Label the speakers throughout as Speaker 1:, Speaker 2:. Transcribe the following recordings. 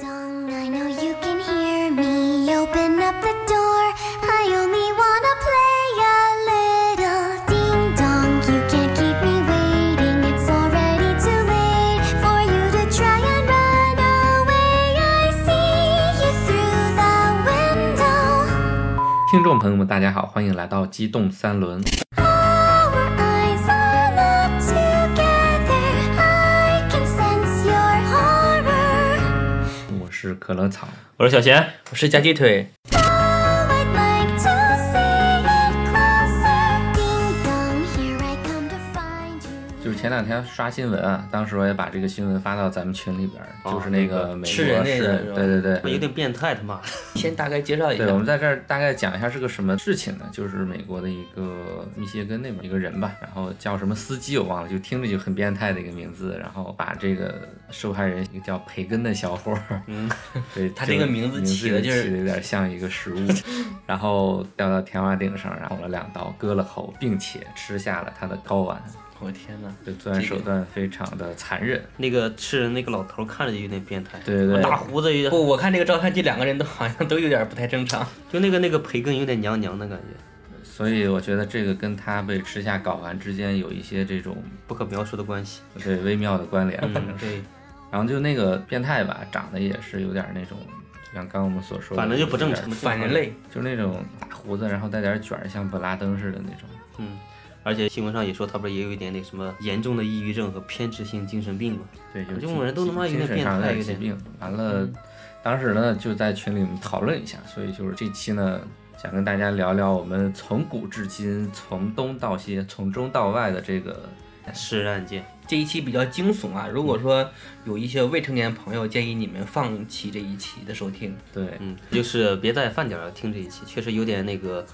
Speaker 1: Dong, I know you can hear me. Open up the door. I only wanna play a little. Ding dong, you can't keep me waiting. It's already too late for you to try and run away. I see you through the window.
Speaker 2: 听众朋友们，大家好，欢迎来到机动三轮。
Speaker 1: Our eyes are locked together. I can sense your horror.
Speaker 2: 我是可乐草，
Speaker 3: 我是小贤，我是夹鸡腿。
Speaker 1: Oh, I'd like to see it closer. Ding dong, here I come to find you.
Speaker 2: 就是前两天刷新闻啊，当时我也把这个新闻发到咱们群里边儿，
Speaker 3: 哦
Speaker 2: 就是那
Speaker 3: 那
Speaker 2: 个
Speaker 3: 个
Speaker 2: 美国
Speaker 3: 吃人那个是吧
Speaker 2: 对对
Speaker 3: 那
Speaker 2: 对。
Speaker 3: 有点变态，他妈！ 先大概介绍一
Speaker 2: 对，我们在这儿大概讲一下是个什么事情呢？就是美国的一个密歇根那边一个人吧，然后叫什么司机我忘了，就听着就很变态的一个名字，然后把这个受害人一个叫培根的小伙儿，
Speaker 3: 嗯，
Speaker 2: 对
Speaker 3: 他这个名字起
Speaker 2: 的
Speaker 3: 的就是
Speaker 2: 起的有点像一个食 物，然后掉到天花顶上，然后捅了两刀，割了喉，并且吃下了他的睾丸。
Speaker 3: 我天哪，
Speaker 2: 这作案
Speaker 3: 这
Speaker 2: 手
Speaker 3: 个
Speaker 2: 段非常的残忍，
Speaker 4: 那个吃人那个老头看着就有点变态，
Speaker 2: 对对对
Speaker 4: 大胡子有点，
Speaker 3: 不，我看这个照片，这两个人都好像都有点不太正常。
Speaker 4: 就那个那个培根有点娘娘的感觉，
Speaker 2: 所以我觉得这个跟他被吃下睾丸之间有一些这种
Speaker 4: 不可描述的关系。
Speaker 2: 对微妙的关联，反正
Speaker 4: 嗯，
Speaker 2: 是。
Speaker 4: 对，
Speaker 2: 然后就那个变态吧，长得也是有点那种，像刚刚我们所说的，
Speaker 4: 反正就不正常
Speaker 2: 有点，
Speaker 3: 反人类，
Speaker 2: 就是那种大胡子，然后带点卷儿，像布拉登似的那种。
Speaker 4: 嗯。而且新闻上也说他不是也有一点那什么严重的抑郁症和偏执性精神病嘛？
Speaker 2: 对，有
Speaker 4: 这
Speaker 2: 精
Speaker 4: 种人都他妈有
Speaker 2: 精
Speaker 4: 点
Speaker 2: 神
Speaker 4: 变
Speaker 2: 上
Speaker 4: 态
Speaker 2: 有
Speaker 4: 有
Speaker 2: 疾
Speaker 4: 点嗯
Speaker 2: 病。完了，当时呢就在群里面讨论一下，所以就是这期呢想跟大家聊聊我们从古至今、从东到西、从中到外的这个，
Speaker 4: 食人案件，
Speaker 3: 这一期比较惊悚啊，如果说有一些未成年朋友，建议你们放弃这一期的收听。
Speaker 2: 对，
Speaker 4: 嗯，就是别在饭点儿上听这一期，确实有点那个，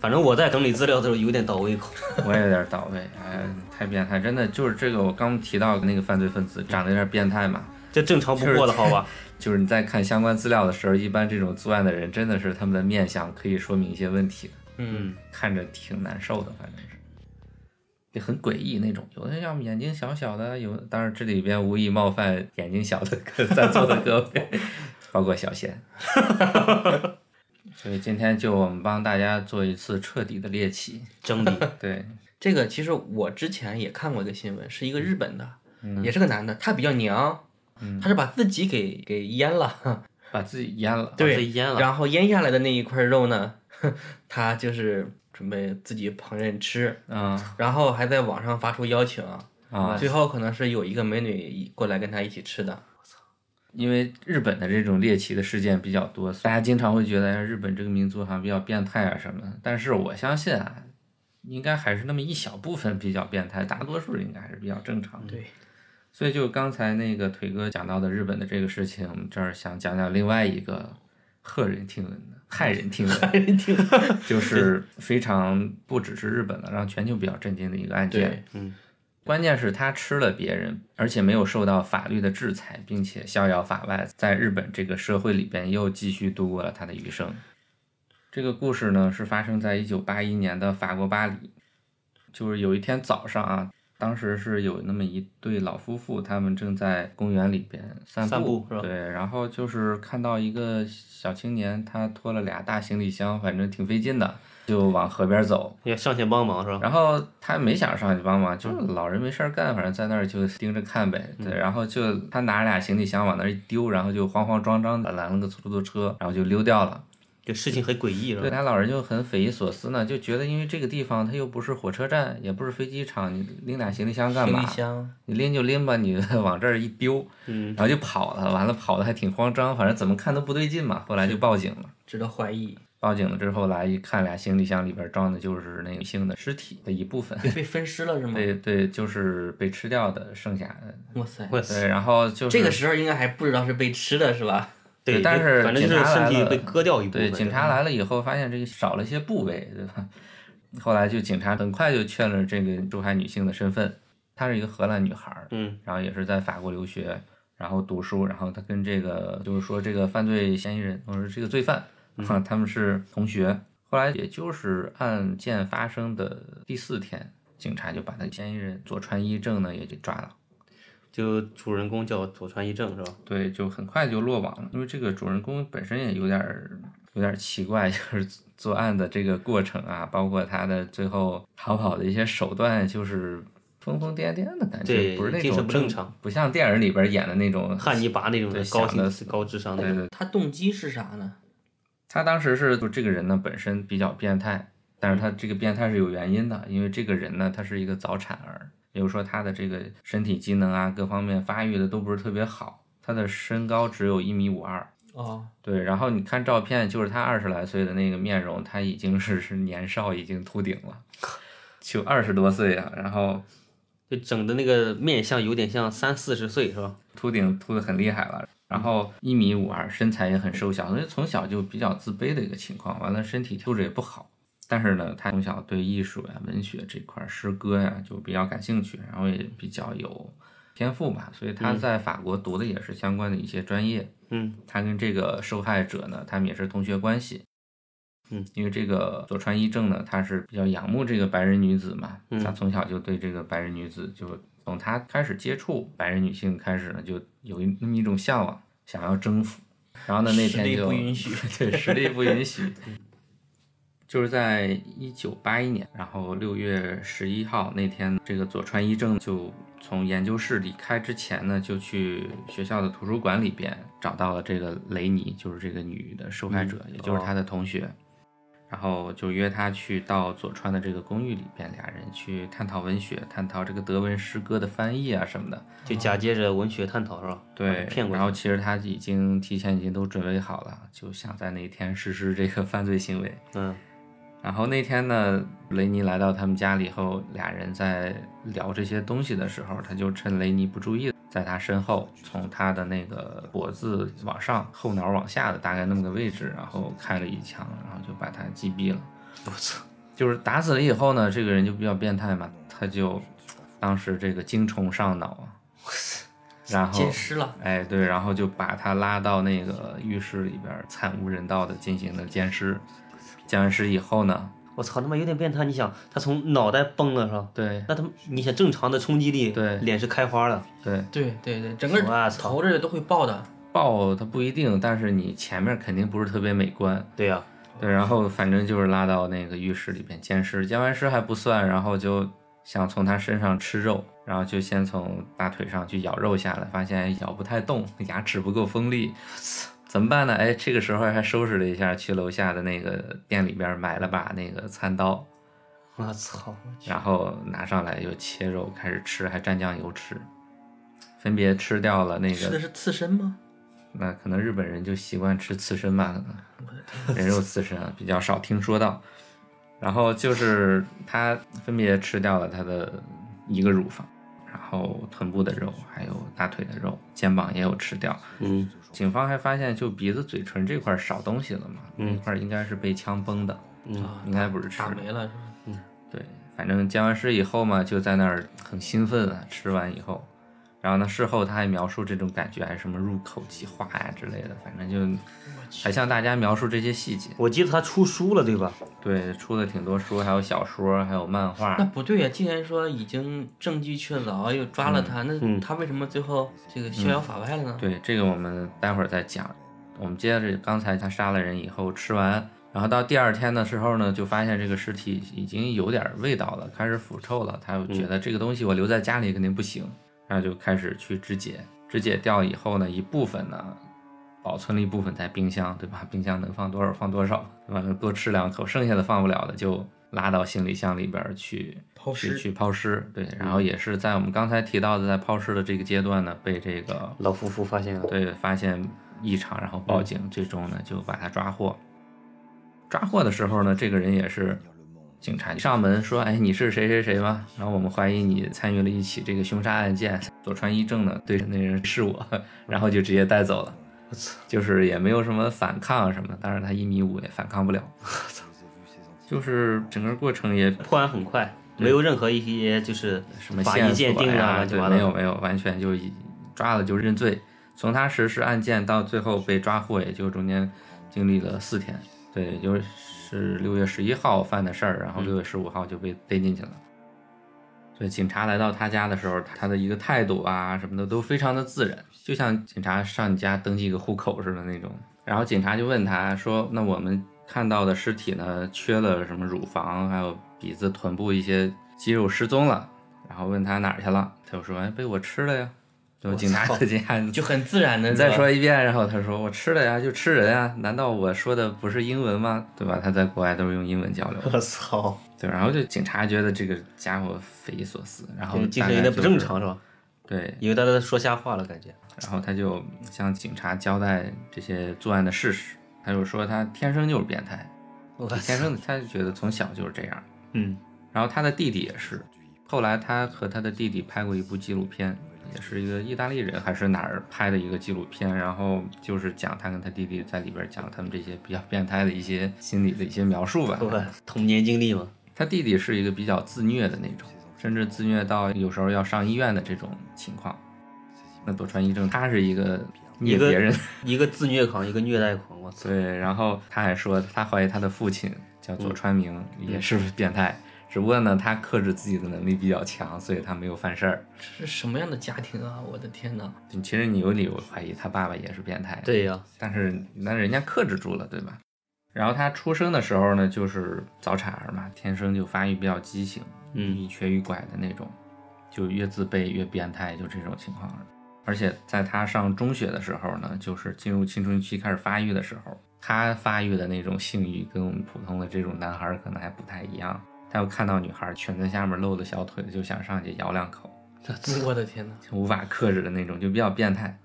Speaker 4: 反正我在整理资料的时候有点倒胃口。
Speaker 2: 我也有点倒胃，哎，太变态，真的就是这个我刚提到那个犯罪分子长得有点变态嘛，
Speaker 4: 这正常不过了，好吧？
Speaker 2: 就是你在看相关资料的时候，一般这种作案的人真的是他们的面相可以说明一些问题的，
Speaker 3: 嗯，
Speaker 2: 看着挺难受的，反正是，也很诡异那种。有的要么眼睛小小的，有当然这里边无意冒犯眼睛小的各在座的各位，包括小贤。所以今天就我们帮大家做一次彻底的猎奇，
Speaker 4: 整理，
Speaker 2: 对，
Speaker 3: 这个其实我之前也看过一个新闻，是一个日本的，也是个男的，他比较娘，他是把自己给给淹了，
Speaker 2: 把自己淹了。
Speaker 4: 把自己淹了
Speaker 3: 然后淹下来的那一块肉呢， 他就是准备自己烹饪吃，
Speaker 2: 嗯
Speaker 3: 然后还在网上发出邀请，
Speaker 2: 啊，
Speaker 3: 最后可能是有一个美女过来跟他一起吃的。
Speaker 2: 因为日本的这种猎奇的事件比较多，大家经常会觉得哎日本这个民族好像比较变态啊什么的。但是我相信啊，应该还是那么一小部分比较变态，大多数应该还是比较正常的。
Speaker 3: 对，
Speaker 2: 所以就刚才那个腿哥讲到的日本的这个事情，我们这儿想讲讲另外一个骇人听闻的、骇人听闻的， 就是非常不只是日本了，让全球比较震惊的一个案件
Speaker 3: 对。
Speaker 4: 嗯，
Speaker 2: 关键是他吃了别人，而且没有受到法律的制裁，并且逍遥法外，在日本这个社会里边又继续度过了他的余生。这个故事呢，是发生在一九八一年的法国巴黎，就是有一天早上啊，当时是有那么一对老夫妇，他们正在公园里边散步，
Speaker 4: 散步是吧
Speaker 2: 对，然后就是看到一个小青年，他拖了俩大行李箱，反正挺费劲的，就往河边走。
Speaker 4: 要上前帮忙
Speaker 3: 啊
Speaker 4: 是吧？
Speaker 2: 然后他没想上去帮忙，就是老人没事儿干，反正在那儿就盯着看呗。
Speaker 3: 嗯
Speaker 2: 对，然后就他拿俩行李箱往那儿一丢，然后就慌慌张张的拦了个出租车，然后就溜掉了。
Speaker 4: 这事情很诡异是
Speaker 2: 对
Speaker 4: 吧？
Speaker 2: 他老人就很匪夷所思呢，就觉得因为这个地方它又不是火车站，也不是飞机场，你拎俩行李箱干
Speaker 3: 行
Speaker 2: 嘛
Speaker 3: 李？箱，
Speaker 2: 你拎就拎吧，你往这儿一丢，
Speaker 4: 嗯
Speaker 2: 然，后就跑了。完了跑的还挺慌张，反正怎么看都不对劲嘛。后来就报警了。
Speaker 3: 值得怀疑，
Speaker 2: 报警了之后来一看，俩行李箱里边装的就是那个女性的尸体的一部分。
Speaker 3: 被被分尸了是吗？
Speaker 2: 对对，就是被吃掉的剩下的。
Speaker 3: 哇塞，
Speaker 4: 我
Speaker 2: 对，然后就是
Speaker 3: 这个时候应该还不知道是被吃的是吧？
Speaker 2: 对
Speaker 4: 对，
Speaker 2: 但
Speaker 4: 就是反正就
Speaker 2: 警
Speaker 4: 是
Speaker 2: 察来
Speaker 4: 身体
Speaker 2: 了
Speaker 4: 被割掉一部分。
Speaker 2: 对警察来了以后，发现这个少了一些部位，对吧？ 后来就警察很快就确认了这个受害女性的身份，她是一个荷兰女孩儿，
Speaker 4: 嗯，
Speaker 2: 然后也是在法国留学，然后读书，然后她跟这个就是说这个犯罪嫌疑人或者这个罪犯，啊，他们是同学。后来也就是案件发生的第四天，警察就把那嫌疑人佐川一正呢也给抓了。
Speaker 4: 就主人公叫佐川一正是吧？
Speaker 2: 对，就很快就落网了，因为这个主人公本身也有点儿有点儿奇怪， 就是作案的这个过程啊，包括他的最后逃跑的一些手段，就是疯疯癫癫的感觉，
Speaker 4: 对
Speaker 2: 不是那
Speaker 4: 精
Speaker 2: 种
Speaker 4: 神不正
Speaker 2: 正
Speaker 4: 常，
Speaker 2: 不像电影里边演的那种
Speaker 4: 汉尼拔那种
Speaker 2: 对
Speaker 4: 的高
Speaker 2: 想的
Speaker 4: 情高智商那
Speaker 2: 对
Speaker 4: 种，
Speaker 2: 对，
Speaker 3: 他动机是啥呢？
Speaker 2: 他当时是就这个人呢本身比较变态，但是他这个变态是有原因的，因为这个人呢他是一个早产儿，也就是说他的这个身体机能啊各方面发育的都不是特别好，他的身高只有一米五二。
Speaker 3: 哦，
Speaker 2: 对，然后你看照片，就是他二十来岁的那个面容，他已经是是年少，已经秃顶了，就二十多岁啊，然后
Speaker 4: 就整的那个面相有点像三四十岁是吧？
Speaker 2: 秃顶秃的很厉害了，然后一米五二，身材也很瘦小，所以从小就比较自卑的一个情况。完了，身体素质也不好，但是呢，他从小对艺术呀、文学这块儿、诗歌呀就比较感兴趣，然后也比较有天赋吧，所以他在法国读的也是相关的一些专业。
Speaker 4: 嗯，
Speaker 2: 他跟这个受害者呢，他们也是同学关系。
Speaker 4: 嗯，
Speaker 2: 因为这个佐川一正呢，他是比较仰慕这个白人女子嘛，
Speaker 4: 嗯
Speaker 2: 他从小就对这个白人女子，就从他开始接触白人女性开始呢，就有一那么一种向往，想要征服。然后呢，那
Speaker 3: 实
Speaker 2: 天
Speaker 3: 力
Speaker 2: 就
Speaker 3: 不允许
Speaker 2: 对，实力不允许。就是在一九八一年，然后六月十一号那天，这个佐川一正就从研究室离开之前呢，就去学校的图书馆里边找到了这个雷尼，就是这个女的受
Speaker 4: 嗯
Speaker 2: 害者，也
Speaker 4: 哦
Speaker 2: 就是她的同学，然后就约她去到佐川的这个公寓里边，俩人去探讨文学，探讨这个德文诗歌的翻译啊什么的。
Speaker 4: 就假借着文学探讨是吧？
Speaker 2: 对，
Speaker 4: 骗过
Speaker 2: 然后
Speaker 4: 去。
Speaker 2: 其实他已经提前已经都准备好了，就想在那一天实施这个犯罪行为。
Speaker 4: 嗯，
Speaker 2: 然后那天呢，雷尼来到他们家里后，俩人在聊这些东西的时候，他就趁雷尼不注意，在他身后，从他的那个脖子往上、后脑往下的大概那么个位置，然后开了一枪，然后就把他击毙了。
Speaker 4: 我操，
Speaker 2: 就是打死了以后呢，这个人就比较变态嘛，他就当时这个精虫上脑啊，然后
Speaker 3: 奸尸了，
Speaker 2: 哎，对，然后就把他拉到那个浴室里边儿，惨无人道的进行了奸尸。奸完尸以后呢，
Speaker 4: 我操，他妈有点变态！你想，他从脑袋崩了是吧？
Speaker 2: 对
Speaker 4: 那他妈，你想正常的冲击力，
Speaker 2: 对
Speaker 4: 脸是开花的，
Speaker 2: 对，
Speaker 3: 对对对，整个
Speaker 2: 啊
Speaker 4: 我操
Speaker 3: 头这都会爆的，
Speaker 2: 爆它不一定，但是你前面肯定不是特别美观。
Speaker 4: 对呀、
Speaker 2: 对，然后反正就是拉到那个浴室里边奸尸，奸完尸还不算，然后就想从他身上吃肉，然后就先从大腿上去咬肉下来，发现哎咬不太动，牙齿不够锋利，怎么办呢？哎，这个时候还收拾了一下，去楼下的那个店里边买了把那个餐刀，
Speaker 4: 我操，
Speaker 2: 然后拿上来又切肉开始吃，还蘸酱油吃，分别吃掉了那
Speaker 3: 吃的
Speaker 2: 个，
Speaker 3: 是刺身吗？
Speaker 2: 那可能日本人就习惯吃刺身吧，可能人肉刺身啊比较少听说到。然后就是他分别吃掉了他的一个乳房，然后臀部的肉，还有大腿的肉，肩膀也有吃掉。
Speaker 4: 嗯，
Speaker 2: 警方还发现就鼻子、嘴唇这块儿少东西了嘛，那块儿应该是被枪崩的，
Speaker 3: 啊，
Speaker 2: 应该不是吃
Speaker 3: 打
Speaker 2: 的。
Speaker 3: 没了是吧？
Speaker 2: 对，反正僵完尸以后嘛，就在那儿很兴奋啊，吃完以后，然后呢，事后他还描述这种感觉，还是什么入口即化呀、之类的，反正就还向大家描述这些细节。
Speaker 4: 我记得他出书了，对吧？
Speaker 2: 对，出了挺多书，还有小说，还有漫画
Speaker 3: 那。不对呀、既然说已经证据确凿，又抓了他，那
Speaker 4: 嗯
Speaker 3: 他为什么最后这个逍遥法外了呢？
Speaker 2: 嗯对，这个我们待会儿再讲。我们接着刚才他杀了人以后吃完，然后到第二天的时候呢，就发现这个尸体已经有点味道了，开始腐臭了。他就觉得这个东西我留在家里肯定不行，然后就开始去肢解。肢解掉以后呢，一部分呢保存了一部分在冰箱，对吧？冰箱能放多少放多少，完了多吃两口，剩下的放不了的就拉到行李箱里边儿去
Speaker 3: 抛
Speaker 2: 去
Speaker 3: 尸
Speaker 2: 去抛尸。对，然后也是在我们刚才提到的在抛尸的这个阶段呢，被这个
Speaker 4: 老夫妇发现了，
Speaker 2: 对，发现异常，然后报警，最终呢就把他抓获。抓获的时候呢，这个人也是警察上门说：“哎，你是谁谁谁吗？然后我们怀疑你参与了一起这个凶杀案件。”佐川一正呢，对那人是我，然后就直接带走了。就是也没有什么反抗什么的，当然他一米五也反抗不了。就是整个过程也
Speaker 4: 破案很快，没有任何一些就是
Speaker 2: 什么
Speaker 4: 法
Speaker 2: 线
Speaker 4: 医
Speaker 2: 索
Speaker 4: 鉴定
Speaker 2: 呀
Speaker 4: 啊，乱七
Speaker 2: 对
Speaker 4: 八，糟
Speaker 2: 没有
Speaker 4: 的。
Speaker 2: 没有，完全就以抓了就认罪。从他实施案件到最后被抓获，也就中间经历了四天。对，也
Speaker 4: 嗯
Speaker 2: 就是六月十一号犯的事儿，然后六月十五号就被逮进去了。所以警察来到他家的时候，他的一个态度啊什么的都非常的自然，就像警察上你家登记个户口似的那种。然后警察就问他说：“那我们看到的尸体呢，缺了什么乳房，还有鼻子、臀部一些肌肉失踪了。”然后问他哪儿去了，他就说：“哎，被我吃了呀。”就警察
Speaker 3: 操
Speaker 2: 特警察
Speaker 3: 你就很自然 的
Speaker 2: 你再说一遍，然后他说我吃了呀，就吃人啊，难道我说的不是英文吗？对吧？他在国外都是用英文交流，
Speaker 4: 我操，
Speaker 2: 对，然后就警察觉得这个家伙匪夷所思，然后
Speaker 4: 精
Speaker 2: 大
Speaker 4: 神
Speaker 2: 概
Speaker 4: 有点不
Speaker 2: 就
Speaker 4: 正
Speaker 2: 是，
Speaker 4: 常是吧？
Speaker 2: 对，
Speaker 4: 以为大家在说瞎话了，感觉。
Speaker 2: 然后他就向警察交代这些作案的事实，他就说他天生就是变态，
Speaker 4: 我
Speaker 2: 天 生他就觉得从小就是这样，
Speaker 4: 嗯，
Speaker 2: 然后他的弟弟也是，后来他和他的弟弟拍过一部纪录片，也是一个意大利人还是哪儿拍的一个纪录片，然后就是讲他跟他弟弟在里边讲他们这些比较变态的一些心理的一些描述吧。
Speaker 4: 我嗯童年经历嘛，
Speaker 2: 他弟弟是一个比较自虐的那种，甚至自虐到有时候要上医院的这种情况。那佐川一正他是一个虐
Speaker 4: 一个
Speaker 2: 别 人，
Speaker 4: 一个自虐狂，一个虐待狂，我操，
Speaker 2: 对，然后他还说，他怀疑他的父亲叫
Speaker 4: 嗯
Speaker 2: 佐川明、也是变态，只不过呢，他克制自己的能力比较强，所以他没有犯事儿。
Speaker 3: 这是什么样的家庭啊？我的天哪！
Speaker 2: 就其实你有理由怀疑他爸爸也是变态，，
Speaker 4: 对呀、
Speaker 2: 但是那人家克制住了，对吧？然后他出生的时候呢，就是早产儿嘛，天生就发育比较畸形，一
Speaker 4: 嗯，
Speaker 2: 瘸一拐的那种，就越自卑越变态，就这种情况。而且在他上中学的时候呢，就是进入青春期开始发育的时候，他发育的那种性欲跟我们普通的这种男孩儿可能还不太一样。他又看到女孩儿裙子下面露的小腿，就想上去咬两口，
Speaker 3: 我的天哪！
Speaker 2: 无法克制的那种，就比较变态。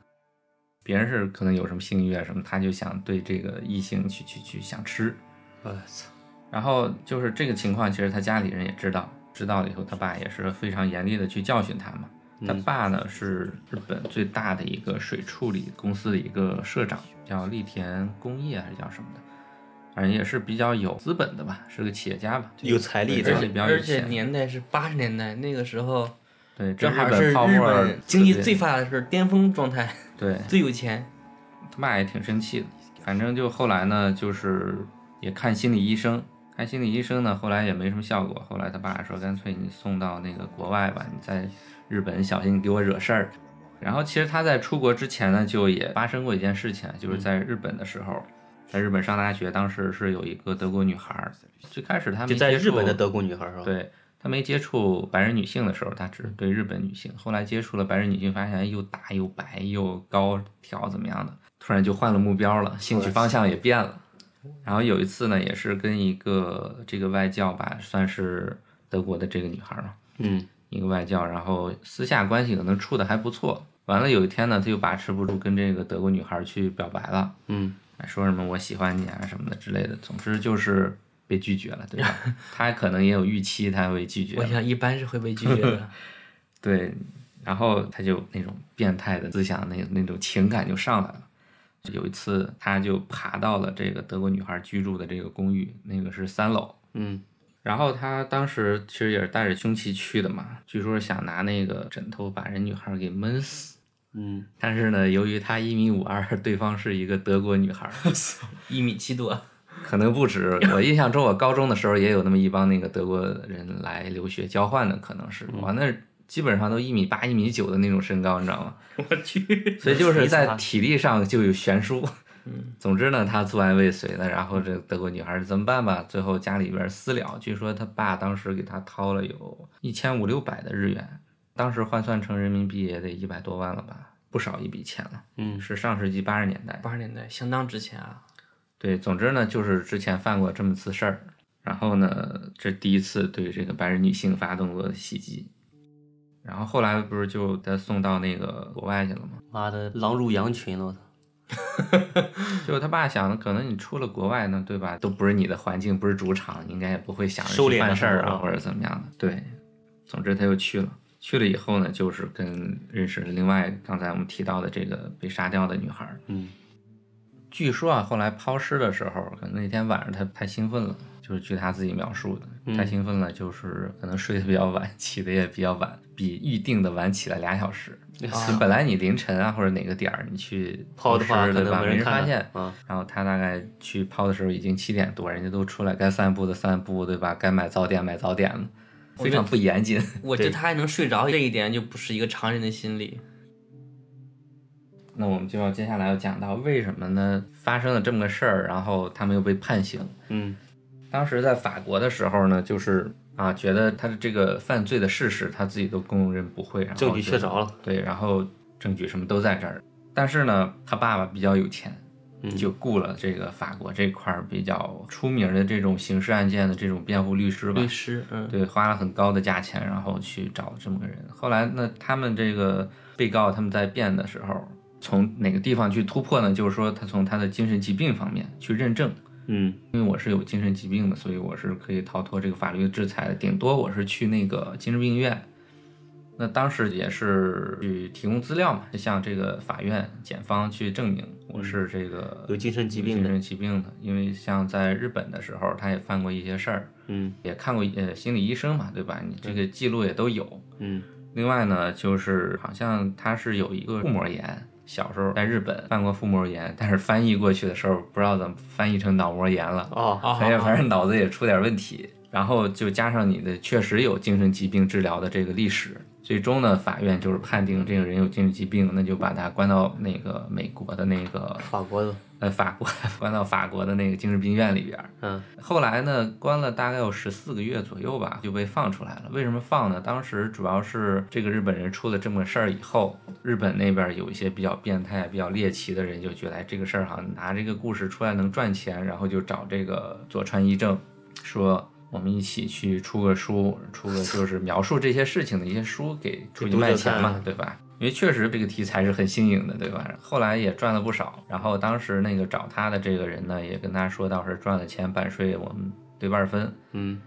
Speaker 2: 别人是可能有什么性欲啊什么，他就想对这个异性去去去想吃。
Speaker 4: 我操，
Speaker 2: 然后就是这个情况，其实他家里人也知道，知道了以后，他爸也是非常严厉的去教训他嘛。他爸呢是日本最大的一个水处理公司的一个社长，叫立田工业还是叫什么的，反正也是比较有资本的吧，是个企业家吧。
Speaker 4: 有财力
Speaker 2: 对
Speaker 4: 的
Speaker 2: 家
Speaker 3: 而
Speaker 2: 里比
Speaker 3: 且
Speaker 2: 较有
Speaker 3: 而且
Speaker 2: 钱
Speaker 3: 年代是八十年代，那个时候
Speaker 2: 对，这
Speaker 3: 正好
Speaker 2: 本
Speaker 3: 是
Speaker 2: 泡
Speaker 3: 日
Speaker 2: 沫儿
Speaker 3: 本经济
Speaker 2: 特别
Speaker 3: 最发达的时候，巅峰状态，
Speaker 2: 对，
Speaker 3: 最有钱。
Speaker 2: 他爸也挺生气的。反正就后来呢，就是也看心理医生，看心理医生呢，后来也没什么效果。后来他爸说，干脆你送到那个国外吧，你在日本小心你给我惹事儿。然后其实他在出国之前呢，就也发生过一件事情，啊
Speaker 4: 嗯
Speaker 2: 就是在日本的时候，在日本上大学，当时是有一个德国女孩儿，最开始她没
Speaker 4: 就在
Speaker 2: 接
Speaker 4: 日
Speaker 2: 触
Speaker 4: 本的德国女孩是吧？，
Speaker 2: 对他没接触白人女性的时候，他只是对日本女性。后来接触了白人女性，发现哎又大又白又高挑怎么样的，突然就换了目标了，兴趣方向也变了。然后有一次呢，也是跟一个这个外教吧，算是德国的这个女孩儿嘛，
Speaker 4: 嗯，
Speaker 2: 一个外教，然后私下关系可能处的还不错。完了有一天呢，他就把持不住，跟这个德国女孩儿去表白了，
Speaker 4: 嗯，
Speaker 2: 哎说什么我喜欢你啊什么的之类的。总之就是被拒绝了， 对吧？他可能也有预期，他会拒绝
Speaker 3: 我。想一般是会被拒绝 的。
Speaker 2: 对，然后他就那种变态的思想，那那种情感就上来了。有一次，他就爬到了这个德国女孩居住的这个公寓，那个是三楼。
Speaker 4: 嗯，
Speaker 2: 然后他当时其实也是带着凶器去的嘛，据说是想拿那个枕头把人女孩给闷死。
Speaker 4: 嗯，
Speaker 2: 但是呢，由于他一米五二，对方是一个德国女孩，
Speaker 3: 一米七多，
Speaker 2: 可能不止。我印象中，我高中的时候也有那么一帮那个德国人来留学交换的，可能是哇，那基本上都一米八、一米九的那种身高，你知道吗？
Speaker 3: 我去，
Speaker 2: 所以就是
Speaker 4: 没
Speaker 2: 在
Speaker 4: 错
Speaker 2: 体力上就有悬殊。总之呢，他作案未遂呢，然后这德国女孩儿怎么办吧？最后家里边儿私了，据说他爸当时给他掏了有一千五六百的日元，当时换算成人民币也得一百多万了吧，不少一笔钱了。
Speaker 4: 嗯
Speaker 2: 是上世纪八十年代。
Speaker 3: 八十年代相当值钱啊！
Speaker 2: 对，总之呢，就是之前犯过这么次事儿，然后呢，这第一次对这个白人女性发动过袭击，然后后来不是就他送到那个国外去了吗？
Speaker 4: 妈的，狼入羊群了，我操，
Speaker 2: 就他爸想的，可能你出了国外呢，对吧？都不是你的环境，不是主场，你应该也不会想着
Speaker 4: 收
Speaker 2: 去
Speaker 4: 敛
Speaker 2: 犯
Speaker 4: 了
Speaker 2: 事儿
Speaker 4: 很
Speaker 2: 啊，
Speaker 4: 多
Speaker 2: 或者怎么样的。对，总之他又去了。去了以后呢，就是跟认识了另外刚才我们提到的这个被杀掉的女孩。
Speaker 4: 嗯，
Speaker 2: 据说啊，后来抛尸的时候，可能那天晚上他太兴奋了，就是据他自己描述
Speaker 4: 嗯
Speaker 2: 的，太兴奋了，就是可能睡得比较晚，起的也比较晚，比预定的晚起了俩小时。就本来你凌晨啊或者哪个点儿你去
Speaker 4: 啊抛哎的话
Speaker 2: 尸
Speaker 4: 可
Speaker 2: 对
Speaker 4: 能
Speaker 2: 吧？
Speaker 4: 没
Speaker 2: 没人
Speaker 4: 看
Speaker 2: 发
Speaker 4: 到
Speaker 2: 现。
Speaker 4: 啊，
Speaker 2: 然后他大概去抛的时候已经七点多，人家都出来该散步的散步，对吧？该买早点买早点了。非常不严谨。
Speaker 3: 我觉得
Speaker 4: 对
Speaker 3: 他还能睡着，这一点就不是一个常人的心理。
Speaker 2: 那我们就要接下来要讲到为什么呢？发生了这么个事儿，然后他们又被判刑。
Speaker 4: 嗯
Speaker 2: 当时在法国的时候呢，就是啊，觉得他的这个犯罪的事实他自己都供认不讳，然后
Speaker 4: 证据
Speaker 2: 就
Speaker 4: 确凿了，
Speaker 2: 对，然后证据什么都在这儿。但是呢，他爸爸比较有钱，
Speaker 4: 嗯
Speaker 2: 就雇了这个法国这块儿比较出名的这种刑事案件的这种辩护律师吧
Speaker 3: 律，师，嗯，
Speaker 2: 对，花了很高的价钱，然后去找这么个人。后来呢，他们这个被告他们在辩的时候，从哪个地方去突破呢？就是说他从他的精神疾病方面去认证，
Speaker 4: 嗯
Speaker 2: 因为我是有精神疾病的，所以我是可以逃脱这个法律的制裁的，顶多我是去那个精神病院。那当时也是去提供资料嘛，就向这个法院、检方去证明我是这个
Speaker 4: 嗯有精神疾病的
Speaker 2: 有精神疾病的。因为像在日本的时候，他也犯过一些事儿，
Speaker 4: 嗯
Speaker 2: 也看过呃心理医生嘛，对吧？你这个记录也都有。
Speaker 4: 嗯
Speaker 2: 另外呢，就是好像他是有一个腹膜炎，小时候在日本犯过腹膜炎，但是翻译过去的时候不知道怎么翻译成脑膜炎了，
Speaker 4: 哦
Speaker 3: 好好
Speaker 2: 所以
Speaker 3: 好
Speaker 2: 反，正脑子也出点问题。然后就加上你的确实有精神疾病治疗的这个历史，最终呢，法院就是判定这个人有精神疾病，那就把他关到那个美国的那个
Speaker 4: 法国的，
Speaker 2: 呃法国关到法国的那个精神病院里边儿。
Speaker 4: 嗯
Speaker 2: 后来呢，关了大概有十四个月左右吧，就被放出来了。为什么放呢？当时主要是这个日本人出了这么个事儿以后，日本那边有一些比较变态、比较猎奇的人就觉得，哎，这个事儿好像拿这个故事出来能赚钱，然后就找这个佐川一正说。我们一起去出个书，出个就是描述这些事情的一些书给出去
Speaker 4: 读者
Speaker 2: 卖钱嘛
Speaker 4: 看，
Speaker 2: 对吧？因为确实这个题材是很新颖的，对吧？后来也赚了不少。然后当时那个找他的这个人呢，也跟他说，到时候赚了钱版税我们对半分。
Speaker 4: 嗯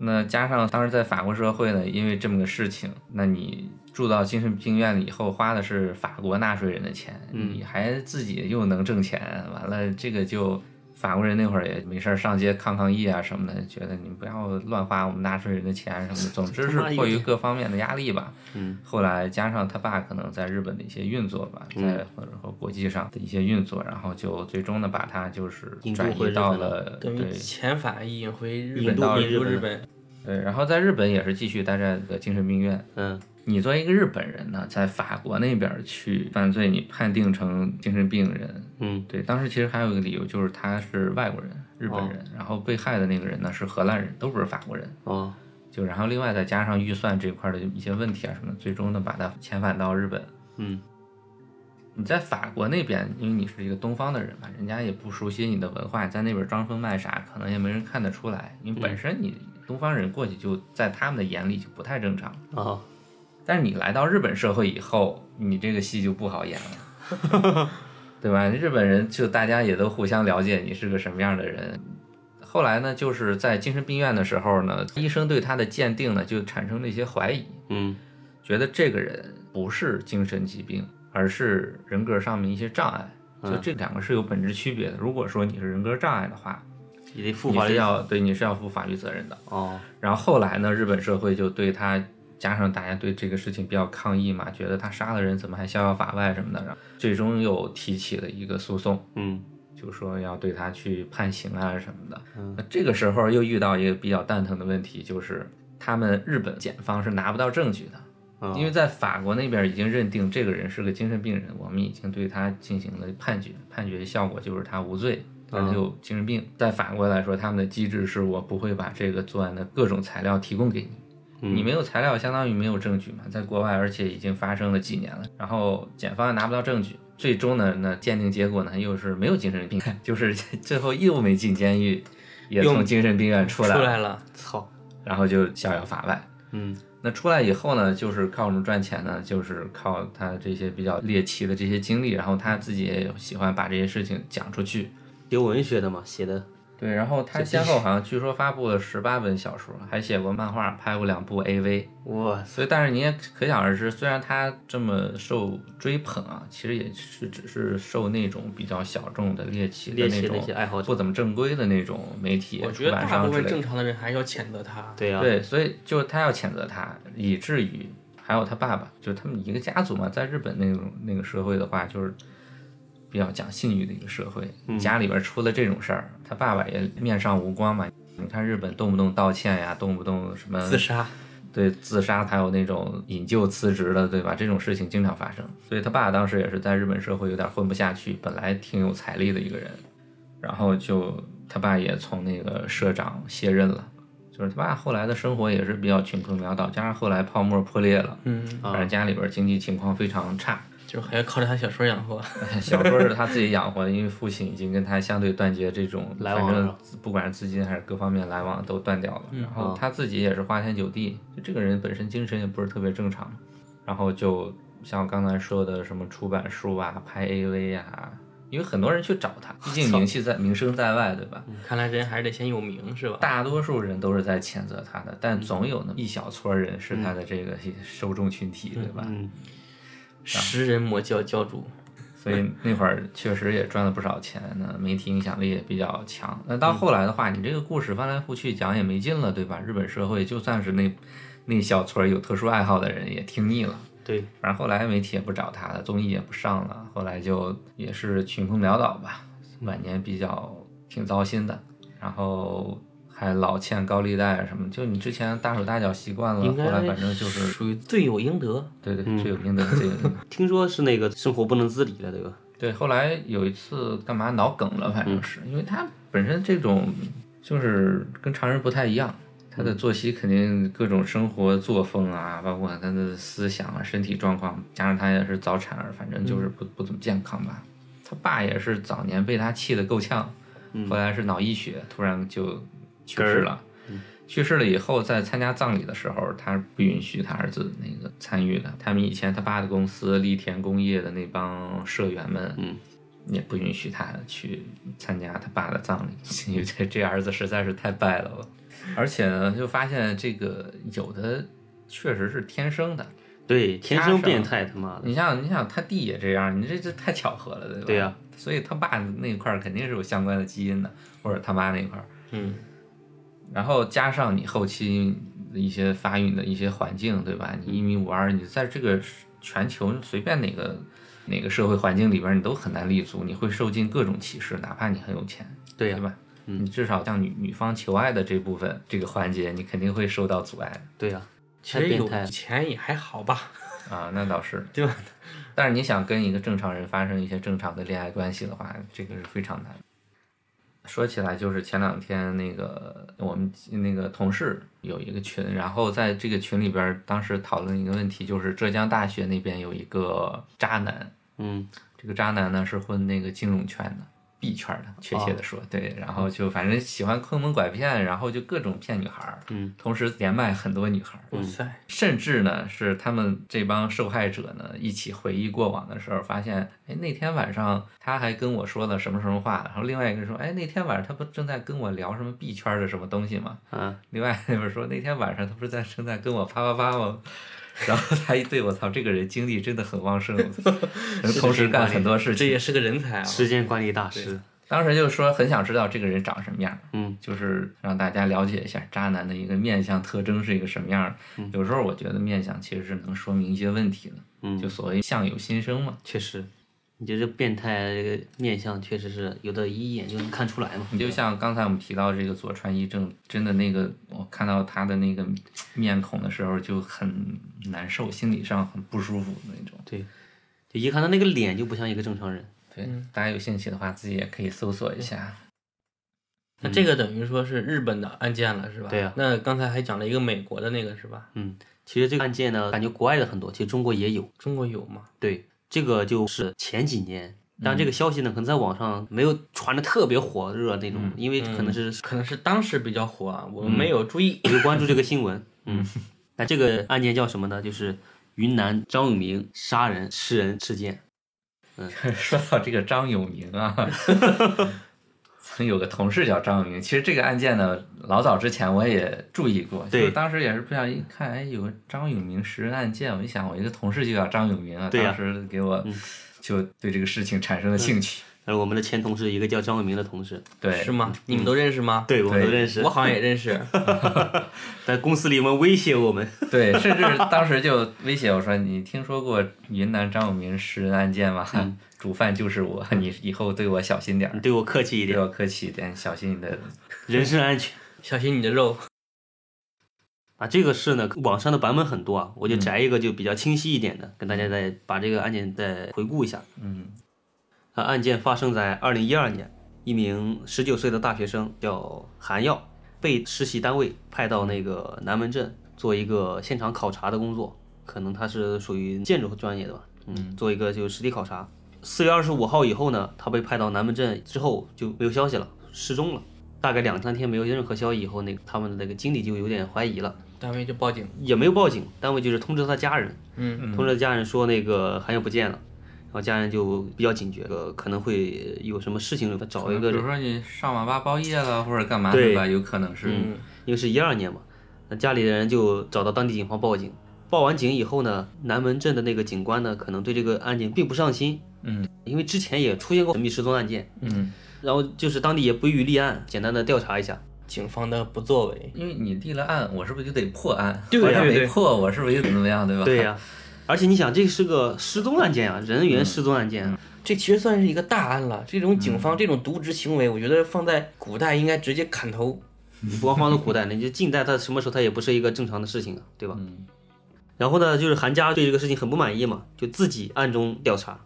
Speaker 2: 那加上当时在法国社会呢，因为这么个事情，那你住到精神病院里以后，花的是法国纳税人的钱，
Speaker 4: 嗯
Speaker 2: 你还自己又能挣钱，完了这个就法国人那会儿也没事儿上街抗抗议啊什么的，觉得你不要乱花我们纳税人的钱什么的。总之 是迫于各方面的压力吧。
Speaker 4: 哎嗯
Speaker 2: 后来加上他爸可能在日本的一些运作吧，
Speaker 4: 嗯
Speaker 2: 在或者说国际上的一些运作，然后就最终呢把他就是
Speaker 4: 引渡
Speaker 2: 转
Speaker 4: 回
Speaker 2: 移
Speaker 4: 日
Speaker 2: 到
Speaker 4: 本了
Speaker 2: 了
Speaker 3: 等
Speaker 2: 对
Speaker 3: 于遣返引回日
Speaker 4: 引
Speaker 3: 本，
Speaker 4: 渡
Speaker 3: 到
Speaker 4: 回
Speaker 3: 引
Speaker 4: 日
Speaker 3: 入
Speaker 4: 本
Speaker 3: 日本，
Speaker 2: 对，然后在日本也是继续待在这个精神病院。
Speaker 4: 嗯
Speaker 2: 你作为一个日本人呢，在法国那边去犯罪，你判定成精神病人，
Speaker 4: 嗯
Speaker 2: 对，当时其实还有一个理由就是他是外国人，日本人，然后被害的那个人呢是荷兰人，都不是法国人。
Speaker 4: 哦
Speaker 2: 就然后另外再加上预算这块的一些问题啊什么的，最终呢把他遣返到日本。
Speaker 4: 嗯
Speaker 2: 你在法国那边，因为你是一个东方的人嘛，人家也不熟悉你的文化，你在那边装疯卖傻，可能也没人看得出来。因为本身你东方人过去就在他们的眼里就不太正常，
Speaker 4: 哦
Speaker 2: 但是你来到日本社会以后，你这个戏就不好演了。对吧？日本人就大家也都互相了解你是个什么样的人。后来呢，就是在精神病院的时候呢，医生对他的鉴定呢就产生了一些怀疑，
Speaker 4: 嗯
Speaker 2: 觉得这个人不是精神疾病，而是人格上面一些障碍。就这两个是有本质区别的。如果说你是人格障碍的话，
Speaker 4: 也得负
Speaker 2: 你
Speaker 4: 法
Speaker 2: 是
Speaker 4: 律
Speaker 2: 要对你是要负法律责任的。
Speaker 4: 哦
Speaker 2: 然后后来呢，日本社会就对他加上大家对这个事情比较抗议嘛，觉得他杀了人怎么还逍遥法外什么的，然后最终又提起了一个诉讼，
Speaker 4: 嗯
Speaker 2: 就说要对他去判刑啊什么的。那这个时候又遇到一个比较蛋疼的问题，就是他们日本检方是拿不到证据的。
Speaker 4: 哦
Speaker 2: 因为在法国那边已经认定这个人是个精神病人，我们已经对他进行了判决，判决效果就是他无罪，但他有精神病。在法国来说，他们的机制是我不会把这个作案的各种材料提供给你。你没有材料，相当于没有证据嘛，在国外，而且已经发生了几年了，然后检方也拿不到证据，最终呢，那鉴定结果呢，又是没有精神病， 就是最后又没进监狱，也
Speaker 3: 又
Speaker 2: 从精神病院出
Speaker 3: 出
Speaker 2: 来了，
Speaker 3: 来了，
Speaker 4: 操
Speaker 2: 然后就逍遥法外。
Speaker 4: 嗯
Speaker 2: 那出来以后呢，就是靠什么赚钱呢？就是靠他这些比较猎奇的这些经历，然后他自己也有喜欢把这些事情讲出去。
Speaker 4: 有文学的嘛写的
Speaker 2: 对，然后他先后好像据说发布了十八本小说，还写过漫画，拍过两部 AV。
Speaker 4: 哇
Speaker 2: 所以，但是你也可想而知，虽然他这么受追捧啊，其实也是只是受那种比较小众的猎奇的
Speaker 4: 猎
Speaker 2: 那
Speaker 4: 奇的一
Speaker 2: 种
Speaker 4: 些爱好者
Speaker 2: 不怎么正规的那种媒体
Speaker 3: 我觉
Speaker 2: 出
Speaker 3: 得
Speaker 2: 版
Speaker 3: 大
Speaker 2: 商
Speaker 3: 部
Speaker 2: 之
Speaker 3: 分
Speaker 2: 类的
Speaker 3: 正。常的人还是要谴责他，
Speaker 4: 对啊呀
Speaker 2: 对，所以就他要谴责他，以至于还有他爸爸，就是他们一个家族嘛，在日本那种那个社会的话，就是
Speaker 3: 嗯
Speaker 2: 比较讲信誉的一个社会，家里边出了这种事儿，他爸爸也面上无光嘛。你看日本动不动道歉呀，动不动什么
Speaker 3: 自杀，
Speaker 2: 对自杀，还有那种引咎辞职的，对吧？这种事情经常发生。所以他爸当时也是在日本社会有点混不下去，本来挺有财力的一个人，然后就他爸也从那个社长卸任了。就是他爸后来的生活也是比较穷困潦倒，加上后来泡沫破裂了，
Speaker 3: 嗯，
Speaker 2: 反正家里边经济情况非常差。
Speaker 3: 就是还要靠着他小说养活。
Speaker 2: 小时候是他自己养活的，因为父亲已经跟他相对断绝这种
Speaker 4: 来往
Speaker 2: 反正
Speaker 4: 了嗯
Speaker 2: 不管是资金还是各方面来往都断掉了。然后他自己也是花天酒地，就这个人本身精神也不是特别正常，然后就像我刚才说的什么出版书啊、拍 AV 啊，因为很多人去找他，毕竟名气在名声在外，对吧？
Speaker 4: 嗯
Speaker 3: 看来人还是得先有名是吧？
Speaker 2: 大多数人都是在谴责他的，
Speaker 4: 嗯
Speaker 2: 但总有那么一小撮人是他的这个受众群体，对吧？
Speaker 4: 嗯，
Speaker 3: 食人魔教教主，
Speaker 2: 所以那会儿确实也赚了不少钱呢，媒体影响力也比较强。那到后来的话，你这个故事翻来覆去讲也没劲了，对吧？日本社会就算是那那小撮儿有特殊爱好的人也听腻了。
Speaker 4: 对，
Speaker 2: 反正后来媒体也不找他了，综艺也不上了，后来就也是穷困潦倒吧，晚年比较挺糟心的，然后还老欠高利贷啊什么。就你之前大手大脚习惯了，
Speaker 3: 应
Speaker 2: 嗯后
Speaker 3: 该嗯
Speaker 2: 来反正就是
Speaker 3: 属于罪有应得。
Speaker 2: 对对，罪有应得，罪有 应得。
Speaker 4: 听说是那个生活不能自理了，对吧？
Speaker 2: 对，后来有一次干嘛脑梗了，反正是、因为他本身这种就是跟常人不太一样，他的作息肯定各种生活作风啊，包括他的思想啊、身体状况，加上他也是早产儿，反正就是不、不怎么健康吧。他爸也是早年被他气得够呛，后来是脑溢血，突然就去世了。去世了以后，在参加葬礼的时候，他不允许他儿子那个参与的。他们以前他爸的公司立田工业的那帮社员们，嗯，也不允许他去参加他爸的葬礼， 因为这这儿子实在是太败了吧。而且呢，就发现这个有的确实是天生的。
Speaker 4: 对，天生变态，他妈的，
Speaker 2: 你像你想他弟也这样，你这这太巧合了，对吧？
Speaker 4: 对啊呀
Speaker 2: 所以他爸那块儿肯定是有相关的基因的，或者他妈那块儿。
Speaker 3: 嗯，
Speaker 2: 然后加上你后期的一些发育的一些环境，对吧？你一米五二，你在这个全球随便哪个哪个社会环境里边，你都很难立足，你会受尽各种歧视，哪怕你很有钱，
Speaker 4: 对啊
Speaker 2: 对
Speaker 4: 呀，
Speaker 2: 吧？你至少像女女方求爱的这部分这个环节，你肯定会受到阻碍
Speaker 4: 对啊呀，
Speaker 3: 其
Speaker 4: 太
Speaker 3: 实
Speaker 4: 变
Speaker 3: 有
Speaker 4: 态了。
Speaker 3: 钱也还好吧，
Speaker 2: 啊。那倒 是，
Speaker 3: 对吧？
Speaker 2: 但是你想跟一个正常人发生一些正常的恋爱关系的话，这个是非常难。说起来，就是前两天那个我们那个同事有一个群，然后在这个群里边儿，当时讨论一个问题，就是浙江大学那边有一个渣男，
Speaker 4: 嗯，
Speaker 2: 这个渣男呢是混那个金融圈的币圈的，确切
Speaker 4: 哦
Speaker 2: 的说，对，然后就反正喜欢坑蒙拐骗，然后就各种骗女孩儿，
Speaker 4: 嗯，
Speaker 2: 同时连麦很多女孩儿，
Speaker 3: 哇塞，
Speaker 2: 甚至呢，是他们这帮受害者呢一起回忆过往的时候，发现，哎，那天晚上他还跟我说了什么什么话，然后另外一个人说，哎，那天晚上他不正在跟我聊什么币圈的什么东西吗？
Speaker 4: 啊，
Speaker 2: 另外那边说那天晚上他不是在正在跟我啪啪啪吗？然后他一对我操，这个人精力真的很旺盛，我操能同时干很多事
Speaker 3: 这也
Speaker 2: 情。
Speaker 3: 是个人才啊。
Speaker 4: 时间管理大师，
Speaker 2: 当时就说很想知道这个人长什么样，
Speaker 4: 嗯，
Speaker 2: 就是让大家了解一下渣男的一个面相特征是一个什么样儿。有时候我觉得面相其实是能说明一些问题的，
Speaker 4: 嗯
Speaker 2: 就所谓相由心生嘛。
Speaker 4: 确实，你这这变态这个面相确实是有的，一眼就能看出来嘛。
Speaker 2: 你就像刚才我们提到这个佐川一正，真的那个我看到他的那个面孔的时候就很难受，心理上很不舒服的那种。
Speaker 4: 对，就一看他那个脸就不像一个正常人。
Speaker 2: 对，大家有兴趣的话，自己也可以搜索一下。
Speaker 3: 那这个等于说是日本的案件了，是吧？
Speaker 4: 对呀啊
Speaker 3: 那刚才还讲了一个美国的那个，是吧？
Speaker 4: 其实这个案件呢，感觉国外的很多，其实中国也有。
Speaker 3: 中国有吗？
Speaker 4: 对，这个就是前几年，但
Speaker 2: 嗯
Speaker 4: 这个消息呢，可能在网上没有传的特别火热那
Speaker 2: 嗯
Speaker 4: 种，因为可能是
Speaker 3: 可能是当时比较火啊，我们没有注意。
Speaker 4: 没有关注这个新闻。嗯，那这个案件叫什么呢？就是云南张永明杀人吃人事件。
Speaker 2: 说到这个张永明啊，曾有个同事叫张永明。其实这个案件呢，老早之前我也注意过，
Speaker 4: 对
Speaker 2: 就是当时也是不小心看，哎，有个张永明食人案件，我一想，我一个同事就叫张永明啊，
Speaker 4: 对呀
Speaker 2: 当
Speaker 4: 嗯
Speaker 2: 时给我就对这个事情产生了兴趣。
Speaker 4: 但是我们的前同事，一个叫张永明的同事，
Speaker 2: 对，嗯
Speaker 3: 是吗？你们都认识吗？
Speaker 4: 对我们都
Speaker 2: 对
Speaker 4: 认识
Speaker 3: 我。好像也认 识。
Speaker 4: 在公司里我们威胁我们，
Speaker 2: 对，甚至当时就威胁我说：“你听说过云南张永明食人案件吗？
Speaker 4: 嗯
Speaker 2: 主犯就是我，你以后对我小心点儿
Speaker 4: 你，对我客气一
Speaker 2: 对
Speaker 4: 点，
Speaker 2: 我客气一点，小心你的
Speaker 4: 人身安全。
Speaker 3: 小心你的肉。
Speaker 4: 啊，这个事呢，网上的版本很多啊，我就摘一个就比较清晰一点的，跟大家再把这个案件再回顾一下。
Speaker 2: 嗯
Speaker 4: 那案件发生在二零一二年，一名十九岁的大学生叫韩耀，被实习单位派到那个南门镇做一个现场考察的工作，可能他是属于建筑专业的吧，嗯，做一个就是实地考察。四月二十五号以后呢，他被派到南门镇之后就没有消息了，失踪了。大概两三天没有任何消息以后，那个他们的那个经理就有点怀疑了，
Speaker 3: 单位就报警，
Speaker 4: 也没有报警，单位就是通知他家人，
Speaker 3: 嗯，
Speaker 4: 通知家人说那个韩耀不见了，然后家人就比较警觉，呃，可能会有什么事情，找一个
Speaker 2: 嗯比如
Speaker 4: 人，
Speaker 2: 说你上网吧包夜了或者干嘛
Speaker 4: 对
Speaker 2: 对吧？有可能是，
Speaker 4: 嗯，因为是一二年嘛，那家里人就找到当地警方报警。报完警以后呢，南门镇的那个警官呢，可能对这个案件并不上心，
Speaker 2: 嗯，
Speaker 4: 因为之前也出现过神秘失踪案件，
Speaker 2: 嗯，
Speaker 4: 然后就是当地也不予立案，简单的调查一下，
Speaker 3: 警方的不作为，
Speaker 2: 因为你立了案，我是不是就得破案？
Speaker 3: 对
Speaker 2: 我要
Speaker 3: 对
Speaker 2: 没
Speaker 3: 对
Speaker 2: 破，我是不是就怎么样，对吧？
Speaker 4: 对呀、而且你想，这是个失踪案件啊，人员失踪案件啊，
Speaker 3: 这其实算是一个大案了。这种警方
Speaker 4: 嗯
Speaker 3: 这种渎职行为，我觉得放在古代应该直接砍头。
Speaker 4: 你不光放到古代，你就近代，它什么时候它也不是一个正常的事情啊，对吧？
Speaker 2: 嗯
Speaker 4: 然后呢，就是韩家对这个事情很不满意嘛，就自己暗中调查，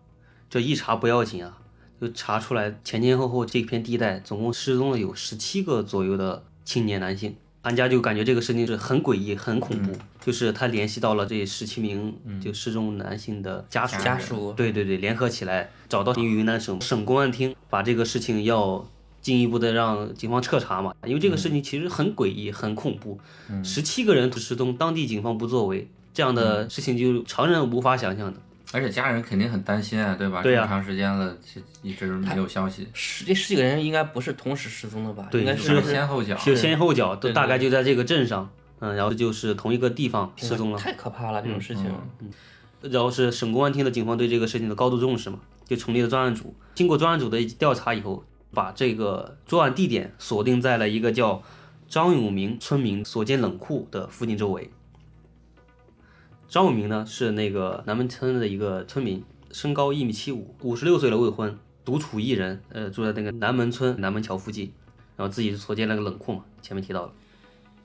Speaker 4: 这一查不要紧啊，就查出来前前后后这片地带总共失踪了有十七个左右的青年男性。韩家就感觉这个事情是很诡异、很恐怖，就是他联系到了这十七名就失踪男性的家属，
Speaker 3: 家属
Speaker 4: 对对对，联合起来找到云南省省公安厅，把这个事情要进一步的让警方彻查嘛，因为这个事情其实很诡
Speaker 3: 嗯
Speaker 4: 异、很恐怖，十七个人失踪，当地警方不作为，这样的事情就常人无法想象的。
Speaker 2: 而且家人肯定很担心啊，对吧？
Speaker 4: 对
Speaker 2: 这
Speaker 4: 呀
Speaker 2: 么长时间了，这一直没有消息，
Speaker 3: 十这十几个人应该不是同时失踪的吧？
Speaker 4: 对
Speaker 3: 应该
Speaker 4: 是
Speaker 2: 有
Speaker 3: 是
Speaker 2: 先后脚，
Speaker 4: 就先后脚都
Speaker 3: 对对
Speaker 4: 大概就在这个镇上，嗯，然后就是同一个地方失踪了，嗯
Speaker 3: 太可怕了，这种事情。
Speaker 4: 然后是省公安厅的警方对这个事情的高度重视嘛，就成立了专案组。经过专案组的调查以后，把这个作案地点锁定在了一个叫张永明村民所建冷库的附近周围。张永明呢是那个南门村的一个村民，身高一米七五，五十六岁了，未婚，独处一人，呃，住在那个南门村南门桥附近，然后自己所建那个冷库嘛，前面提到了。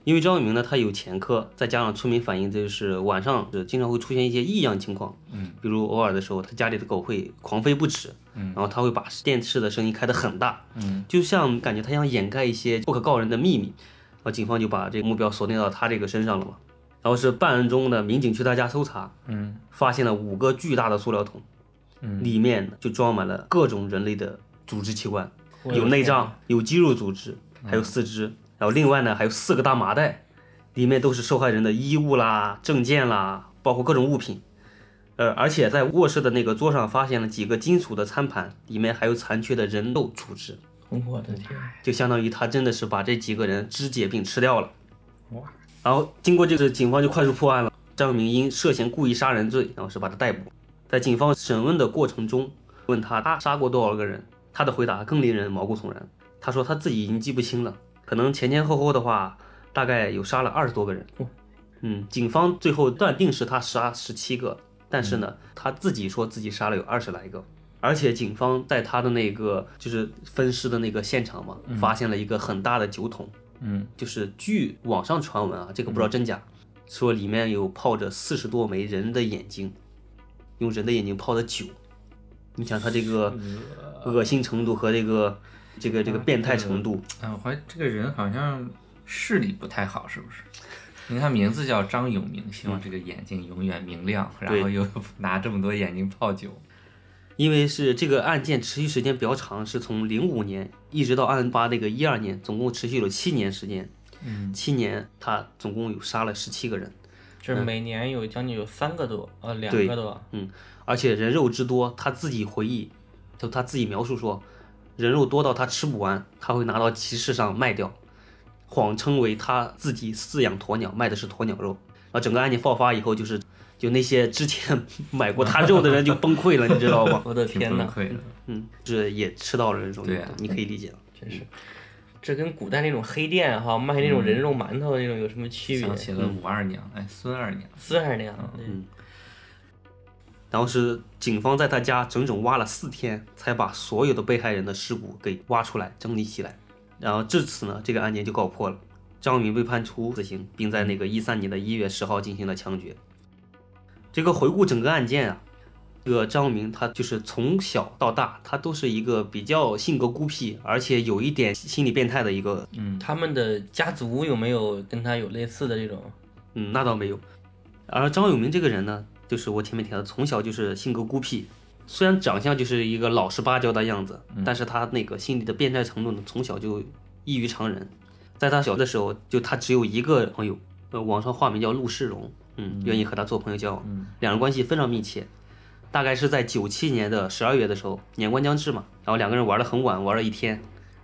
Speaker 4: 因为张永明呢，他有前科，再加上村民反映，就是晚上是经常会出现一些异样情况，嗯，比如偶尔的时候，他家里的狗会狂吠不止，嗯，然后他会把电视的声音开得很大，嗯，就像感觉他想掩盖一些不可告人的秘密，然后警方就把这个目标锁定到他这个身上了嘛。然后是办案中呢，民警去他家搜查，嗯，发现了五个巨大的塑料桶，嗯，里面就装满了各种人类的组织器官，
Speaker 3: 我的
Speaker 4: 有内
Speaker 3: 天
Speaker 4: 脏，有肌肉组织，还有四肢，然后另外呢还有四个大麻袋，里面都是受害人的衣物啦、证件啦，包括各种物品。呃，而且在卧室的那个桌上发现了几个金属的餐盘，里面还有残缺的人肉组织，
Speaker 3: 我的天，
Speaker 4: 就相当于他真的是把这几个人肢解并吃掉了。然后经过这个，警方就快速破案了。张明因涉嫌故意杀人罪，然后是把他逮捕。在警方审问的过程中，问他他杀过多少个人，他的回答更令人毛骨悚然。他说他自己已经记不清了，可能前前后后的话，大概有杀了二十多个人。嗯，警方最后断定是他杀十七个，但是呢，他自己说自己杀了有二十来个。而且警方在他的那个就是分尸的那个现场嘛，发现了一个很大的酒桶，
Speaker 2: 嗯
Speaker 4: 就是据网上传闻啊，这个不知道真假，说里面有泡着四十多枚人的眼睛，用人的眼睛泡的酒。你想他这个恶心程度和这个这个这个变态程度，
Speaker 2: 哎，我怀疑这个人好像视力不太好，是不是？你看名字叫张永明，希
Speaker 4: 嗯
Speaker 2: 望这个眼睛永远明亮，然后又 拿这么多眼睛泡酒，
Speaker 4: 因为是这个案件持续时间比较长，是从零五年一直到案发那个一二年，总共持续了七年时间。嗯，七年他总共有杀了十七个人，
Speaker 3: 就是每年有将近有三个多，呃，两个多，
Speaker 4: 而且人肉之多，他自己回忆，就他自己描述说，人肉多到他吃不完，他会拿到集市上卖掉，谎称为他自己饲养鸵鸟，卖的是鸵鸟肉。然后整个案件爆发以后，就是就那些之前买过他肉的人就崩溃了，你知道吗？
Speaker 3: 我的
Speaker 2: 挺
Speaker 3: 天
Speaker 2: 崩
Speaker 3: 呐，
Speaker 2: 溃的。
Speaker 4: 嗯，就是也吃到了这种，
Speaker 2: 对啊
Speaker 4: 你可以理解。
Speaker 3: 真是。这跟古代那种黑店哈卖
Speaker 4: 嗯
Speaker 3: 那种人肉馒头那种有什么区
Speaker 2: 想
Speaker 3: 别？
Speaker 2: 起了武二娘，哎，孙二娘，
Speaker 3: 自然那样，对
Speaker 4: 然后是警方在他家整整挖了四天，才把所有的被害人的尸骨给挖出来整理起来。然后至此呢，这个案件就告破了。张永明被判处死刑，并在那个一三年的一月十号进行了枪决。这个回顾整个案件啊，这个张永明他就是从小到大，他都是一个比较性格孤僻，而且有一点心理变态的一个
Speaker 3: 他们的家族有没有跟他有类似的这种？
Speaker 4: 嗯，那倒没有。而张永明这个人呢，就是我前面提到的，从小就是性格孤僻，虽然长相就是一个老实巴交的样子，但是他那个心理的变态程度呢，从小就异于常人。在他小的时候，就他只有一个朋友，呃，网上化名叫陆世荣，嗯，愿意和他做朋友交往，两人关系非常密切。大概是在九七年的十二月的时候，年关将至嘛，然后两个人玩得很晚，玩了一天，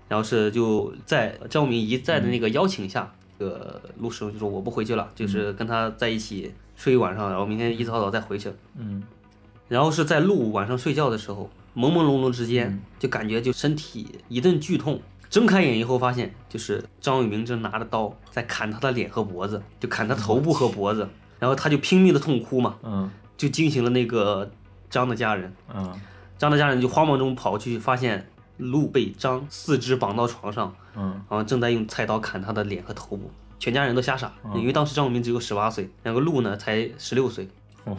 Speaker 4: 然后是就在张永明一再的那个邀请下，呃，陆世荣就说我不回去了，就是跟他在一起睡一晚上，然后明天一早早再回去。
Speaker 2: 嗯，
Speaker 4: 然后是在陆晚上睡觉的时候，朦朦胧胧之间就感觉就身体一阵剧痛，睁开眼以后发现就是张永明正拿着刀在砍他的脸和脖子，就砍他头部和脖子，然后他就拼命的痛哭嘛，
Speaker 2: 嗯
Speaker 4: 就惊醒了那个张的家人。
Speaker 2: 啊
Speaker 4: 张的家人就慌忙中跑去，发现陆被张四肢绑到床上，
Speaker 2: 嗯
Speaker 4: 然后正在用菜刀砍他的脸和头部，全家人都吓傻，
Speaker 2: 嗯
Speaker 4: 因为当时张永明只有十八岁，然后陆呢才十 六岁。
Speaker 2: 哇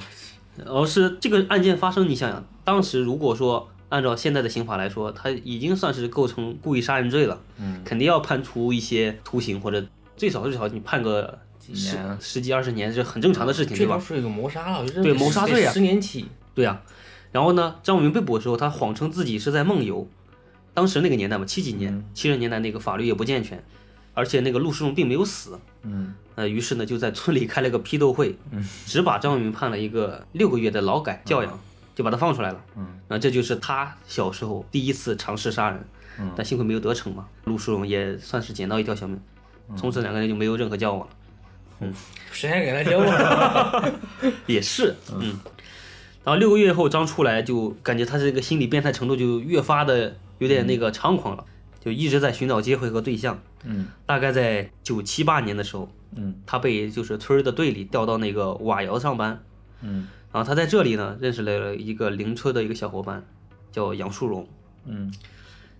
Speaker 4: 然后是这个案件发生，你想想，当时如果说按照现在的刑法来说，他已经算是构成故意杀人罪了，嗯，肯定要判处一些徒刑或者最少最少你判个十
Speaker 2: 年啊
Speaker 4: 十几二十年，这很正常的事情，
Speaker 3: 这
Speaker 4: 对
Speaker 3: 都
Speaker 4: 吧？
Speaker 3: 属于个谋杀了，我觉得
Speaker 4: 对谋杀罪啊
Speaker 3: 得十年起。
Speaker 4: 对啊，然后呢，张永明被捕的时候，他谎称自己是在梦游。当时那个年代嘛，七几年、七十年代那个法律也不健全，而且那个陆世荣并没有死。
Speaker 2: 嗯，
Speaker 4: 呃，于是呢，就在村里开了个批斗会，只把张永明判了一个六个月的劳改教养，就把他放出来了。嗯，然后这就是他小时候第一次尝试杀人，但幸亏没有得逞嘛。陆世荣也算是捡到一条小命，从此两个人就没有任何交往了。
Speaker 3: 谁还给他交往？
Speaker 4: 也是，嗯。然后六个月后张出来，就感觉他这个心理变态程度就越发的有点那个猖狂了，就一直在寻找机会和对象。
Speaker 2: 嗯，
Speaker 4: 大概在九七八年的时候，
Speaker 2: 嗯，
Speaker 4: 他被就是村儿的队里调到那个瓦窑上班。
Speaker 2: 嗯，
Speaker 4: 然后他在这里呢认识了一个邻村的一个小伙伴，叫杨树荣。
Speaker 2: 嗯，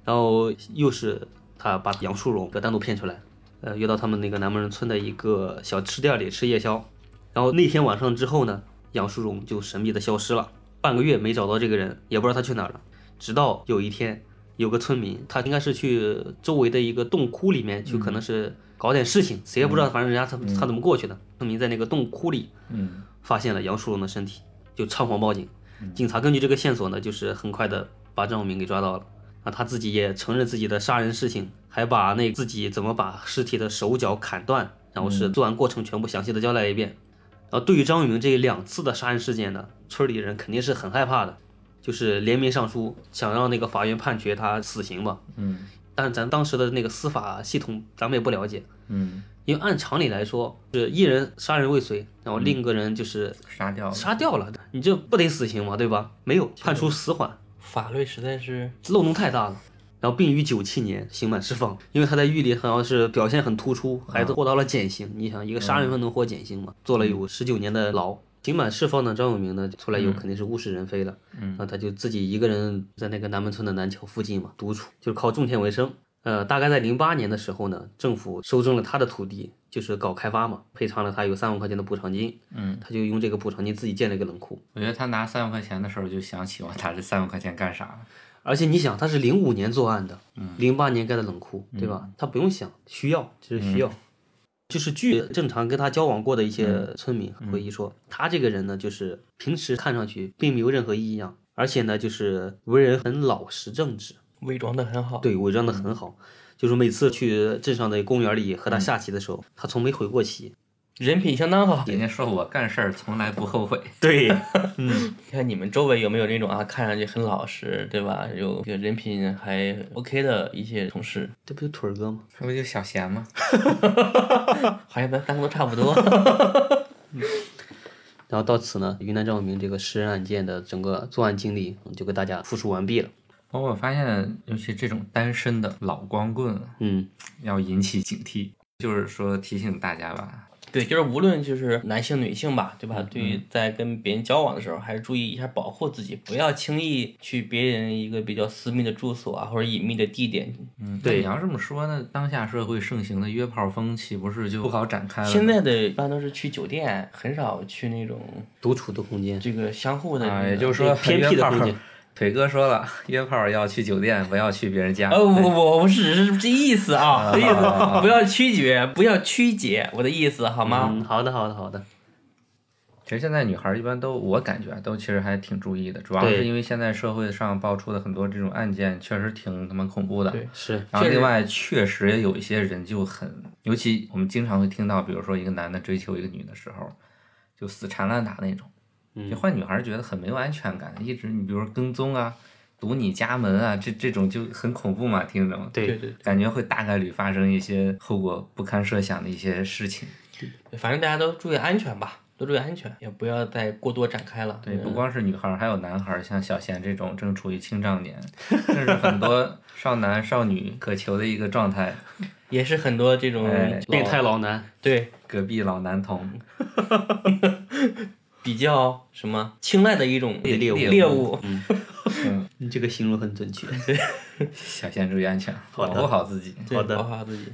Speaker 4: 然后又是他把杨树荣给单独骗出来，呃，约到他们那个南门人村的一个小吃店里吃夜宵。然后那天晚上之后呢，杨树荣就神秘的消失了，半个月没找到这个人，也不知道他去哪儿了。直到有一天，有个村民，他应该是去周围的一个洞窟里面去，可能是搞点事情，谁也不知道，反正人家他他怎么过去的。村民在那个洞窟里
Speaker 2: 嗯
Speaker 4: 发现了杨树荣的身体，就仓皇报警。警察根据这个线索呢，就是很快的把张永明给抓到了。啊，他自己也承认自己的杀人事情，还把那自己怎么把尸体的手脚砍断，然后是作案过程全部详细的交代了一遍。然后对于张永明这两次的杀人事件呢，村里人肯定是很害怕的，就是联名上书，想让那个法院判决他死刑吧。
Speaker 2: 嗯
Speaker 4: 但是咱当时的那个司法系统，咱们也不了解，
Speaker 2: 嗯，
Speaker 4: 因为按常理来说，是一人杀人未遂，然后另一个人就是
Speaker 2: 杀掉了，
Speaker 4: 杀掉了，你这不得死刑吗？对吧？没有判处死缓，
Speaker 3: 法律实在是
Speaker 4: 漏洞太大了。然后并于九七年刑满释放，因为他在狱里好像是表现很突出，还获到了减刑。你想，一个杀人犯能获减刑吗？坐了有十九年的牢。刑满释放呢，张永明呢出来以后肯定是物是人非了，嗯，然后他就自己一个人在那个南门村的南桥附近嘛独处，就是靠种田为生。呃，大概在零八年的时候呢，政府收征了他的土地，就是搞开发嘛，赔偿了他有三万块钱的补偿金，嗯，他就用这个补偿金自己建了一个冷库。
Speaker 2: 我觉得他拿三万块钱的时候就想起我拿这三万块钱干啥了，
Speaker 4: 而且你想，他是零五年作案的，零八年盖的冷库，对吧？他不用想，需要，这是需要。就是据正常跟他交往过的一些村民回忆说，他这个人呢，就是平时看上去并没有任何异样，而且呢，就是为人很老实正直，
Speaker 3: 伪装的很好。
Speaker 4: 对，伪装的很好。就是每次去镇上的公园里和他下棋的时候，他从没悔过棋。
Speaker 3: 人品相当好。
Speaker 2: 人家说我干事儿从来不后悔，
Speaker 4: 对，
Speaker 3: 你看你们周围有没有那种啊，看上去很老实，对吧？有有人品还 OK 的一些同事，
Speaker 4: 这不就腿儿哥吗？
Speaker 2: 这不就小贤吗？
Speaker 3: 好像咱三个都差不多。
Speaker 4: 然后到此呢，云南张永明这个食人案件的整个作案经历嗯就给大家复述完毕了。
Speaker 2: 包括我发现，尤其这种单身的老光棍啊，
Speaker 4: 嗯，
Speaker 2: 要引起警惕，就是说提醒大家吧，
Speaker 3: 对，就是无论就是男性女性吧，对吧？对于
Speaker 2: 嗯
Speaker 3: 在跟别人交往的时候，还是注意一下保护自己，不要轻易去别人一个比较私密的住所啊，或者隐秘的地点。
Speaker 2: 嗯，
Speaker 4: 对
Speaker 2: 那你要这么说，那当下社会盛行的约炮风气不是就不好展开了？
Speaker 3: 现在的一般都是去酒店，很少去那种
Speaker 4: 独处的空间，
Speaker 3: 这个相互的那
Speaker 2: 啊，
Speaker 3: 个。
Speaker 2: 也就是说
Speaker 4: 偏僻的
Speaker 2: 约炮
Speaker 4: 空间
Speaker 2: 腿哥说了，约炮要去酒店，不要去别人家。
Speaker 3: 呃，我我我只是这意思啊，这意思，不要曲解，不要曲解我的意思，好吗？
Speaker 4: 嗯，好的，好的，好的，
Speaker 2: 其实现在女孩儿一般都，我感觉啊都其实还挺注意的，主要
Speaker 4: 对
Speaker 2: 是因为现在社会上爆出的很多这种案件，确实挺他妈恐怖的。
Speaker 3: 对
Speaker 4: 是，
Speaker 2: 然后
Speaker 3: 确实
Speaker 2: 另外，确实也有一些人就很，尤其我们经常会听到，比如说一个男的追求一个女的时候，就死缠烂打那种，
Speaker 3: 嗯
Speaker 2: 就换女孩儿觉得很没有安全感，一直你比如说跟踪啊、堵你家门啊，这这种就很恐怖嘛，听着嘛，
Speaker 3: 对
Speaker 4: 对，
Speaker 3: 对
Speaker 2: 感觉会大概率发生一些后果不堪设想的一些事情。
Speaker 3: 对，反正大家都注意安全吧，都注意安全，也不要再过多展开了。
Speaker 2: 对，
Speaker 3: 嗯
Speaker 2: 不光是女孩儿，还有男孩儿，像小贤这种正处于青壮年，这是很多少男少女渴求的一个状态。
Speaker 3: 也是很多这种
Speaker 2: 哎
Speaker 3: 老
Speaker 4: 变态老男，
Speaker 3: 对
Speaker 2: 隔壁老男童，
Speaker 3: 比较什么青睐的一种
Speaker 4: 猎猎物
Speaker 3: 猎物。
Speaker 4: 你这个形容很准确。
Speaker 2: 小贤注意安全，
Speaker 4: 好
Speaker 2: 保
Speaker 4: 的
Speaker 2: 护好自己。
Speaker 3: 对
Speaker 4: 好的
Speaker 3: 保护好自己。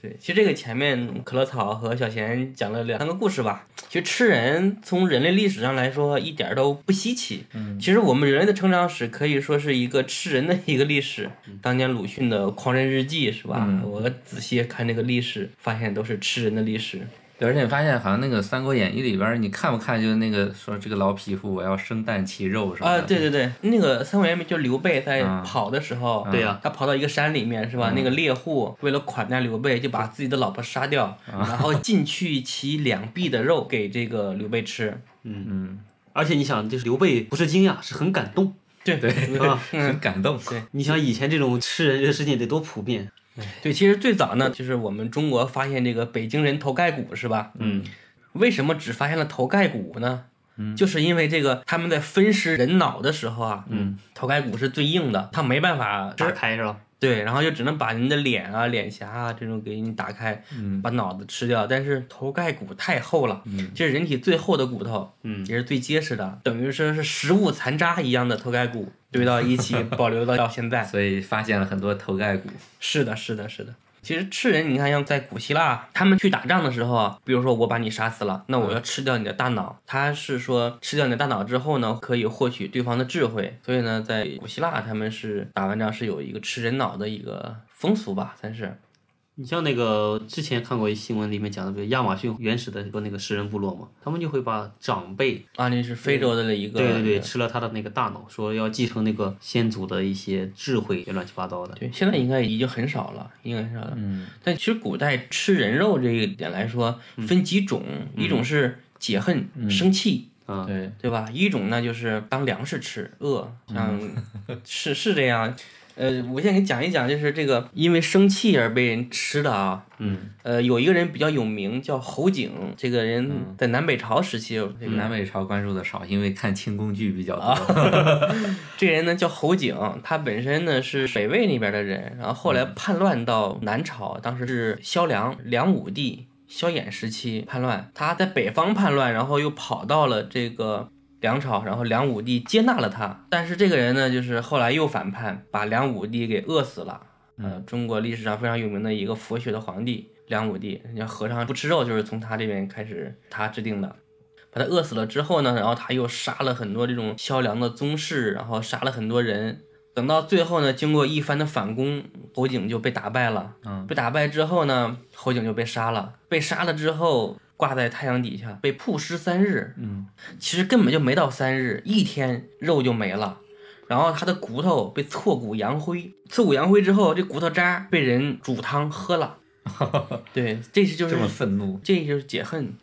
Speaker 3: 对，其实这个前面可乐草和小贤讲了两三个故事吧。其实吃人从人类历史上来说一点儿都不稀奇。嗯，其实我们人类的成长史可以说是一个吃人的一个历史。当年鲁迅的《狂人日记》是吧？
Speaker 2: 嗯
Speaker 3: 我仔细看这个历史，发现都是吃人的历史。
Speaker 2: 对而且你发现好像那个《三国演义》里边儿，你看不看就那个说这个老匹夫，我要生啖其肉什么
Speaker 3: 啊，
Speaker 2: 的。
Speaker 3: 对对对，那个三国演义就刘备在
Speaker 2: 啊
Speaker 3: 跑的时候，
Speaker 4: 对呀
Speaker 3: 他跑到一个山里面是吧？那个猎户为了款待刘备，就把自己的老婆杀掉，然后进去其两臂的肉给这个刘备吃。
Speaker 4: 而且你想，就是刘备不是惊讶，是很感动。
Speaker 3: 对对
Speaker 4: 啊
Speaker 2: 很感动。
Speaker 3: 对
Speaker 4: 你想以前这种吃人的事情得多普遍，
Speaker 3: 对，其实最早呢，就是我们中国发现这个北京人头盖骨是吧？
Speaker 4: 嗯，
Speaker 3: 为什么只发现了头盖骨呢？嗯，就是因为这个他们在分尸人脑的时候啊，嗯，头盖骨是最硬的，他没办法
Speaker 4: 打开是吧？
Speaker 3: 对，然后就只能把您的脸啊、脸颊啊这种给你打开，把脑子吃掉。但是头盖骨太厚了，这是人体最厚的骨头，
Speaker 4: 嗯
Speaker 3: 也是最结实的，等于说是食物残渣一样的头盖骨堆到一起，保留到现在。
Speaker 2: 所以发现了很多头盖骨。
Speaker 3: 是的，是的，是的。其实吃人，你看像在古希腊，他们去打仗的时候啊，比如说我把你杀死了，那我
Speaker 4: 嗯
Speaker 3: 要吃掉你的大脑。他是说吃掉你的大脑之后呢，可以获取对方的智慧。所以呢，在古希腊，他们是打完仗是有一个吃人脑的一个风俗吧，算是。
Speaker 4: 你像那个之前看过一新闻里面讲的，比如亚马逊原始的那个食人部落嘛，他们就会把长辈，
Speaker 3: 啊，那是非洲的一个，
Speaker 4: 对对对，吃了他的那个大脑，说要继承那个先祖的一些智慧，乱七八糟的。
Speaker 3: 对，现在应该已经很少了，应该很少了。嗯，但其实古代吃人肉这一点来说，分几种，一种是解恨、生气，
Speaker 4: 啊，
Speaker 2: 对，
Speaker 3: 对吧？一种呢就是当粮食吃，饿，像、是是这样。呃，我先给你讲一讲，就是这个因为生气而被人吃的啊。嗯。呃，有一个人比较有名，叫侯景，这个人在南北朝时期，这个
Speaker 2: 南北朝关注的少，因为看清宫剧比较多。
Speaker 3: 这人呢叫侯景，他本身呢是北魏那边的人，然后后来叛乱到南朝，当时是萧梁梁武帝萧衍时期叛乱，他在北方叛乱，然后又跑到了这个梁朝，然后梁武帝接纳了他，但是这个人呢，就是后来又反叛，把梁武帝给饿死了。呃，中国历史上非常有名的一个佛学的皇帝梁武帝，人家和尚不吃肉就是从他这边开始他制定的。把他饿死了之后呢，然后他又杀了很多这种萧梁的宗室，然后杀了很多人。等到最后呢，经过一番的反攻，侯景就被打败了。
Speaker 2: 嗯，
Speaker 3: 被打败之后呢，侯景就被杀了。被杀了之后，挂在太阳底下被曝尸三日。
Speaker 2: 嗯，
Speaker 3: 其实根本就没到三日，一天肉就没了。然后他的骨头被挫骨扬灰，挫骨扬灰之后，这骨头渣儿被人煮汤 喝了。对，这是就是
Speaker 2: 这么愤怒，
Speaker 3: 这就是解恨。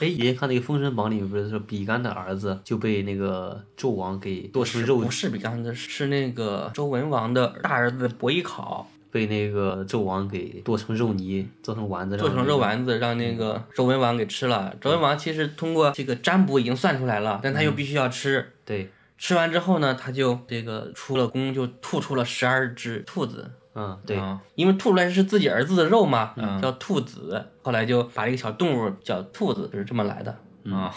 Speaker 4: 哎，以前看那个《封神榜》里面不是说比干的儿子就被那个纣王给剁成肉
Speaker 3: 不，是比干的，是那个周文王的大儿子伯邑考
Speaker 4: 被那个纣王给剁成肉泥，做成丸子，
Speaker 3: 做成
Speaker 4: 让
Speaker 3: 肉
Speaker 4: 那个
Speaker 3: 丸子，让那
Speaker 4: 嗯
Speaker 3: 个周文王给吃了。周文王其实通过这个占卜已经算出来了，但他
Speaker 4: 嗯
Speaker 3: 又必须要吃。
Speaker 4: 对，
Speaker 3: 吃完之后呢，他就这个出了宫，就吐出了十二只兔子。
Speaker 4: 嗯，对，
Speaker 2: 啊
Speaker 3: 因为吐出来是自己儿子的肉嘛，
Speaker 2: 嗯
Speaker 3: 叫兔子，后来就把这个小动物叫兔子，就是这么来的。
Speaker 2: 啊，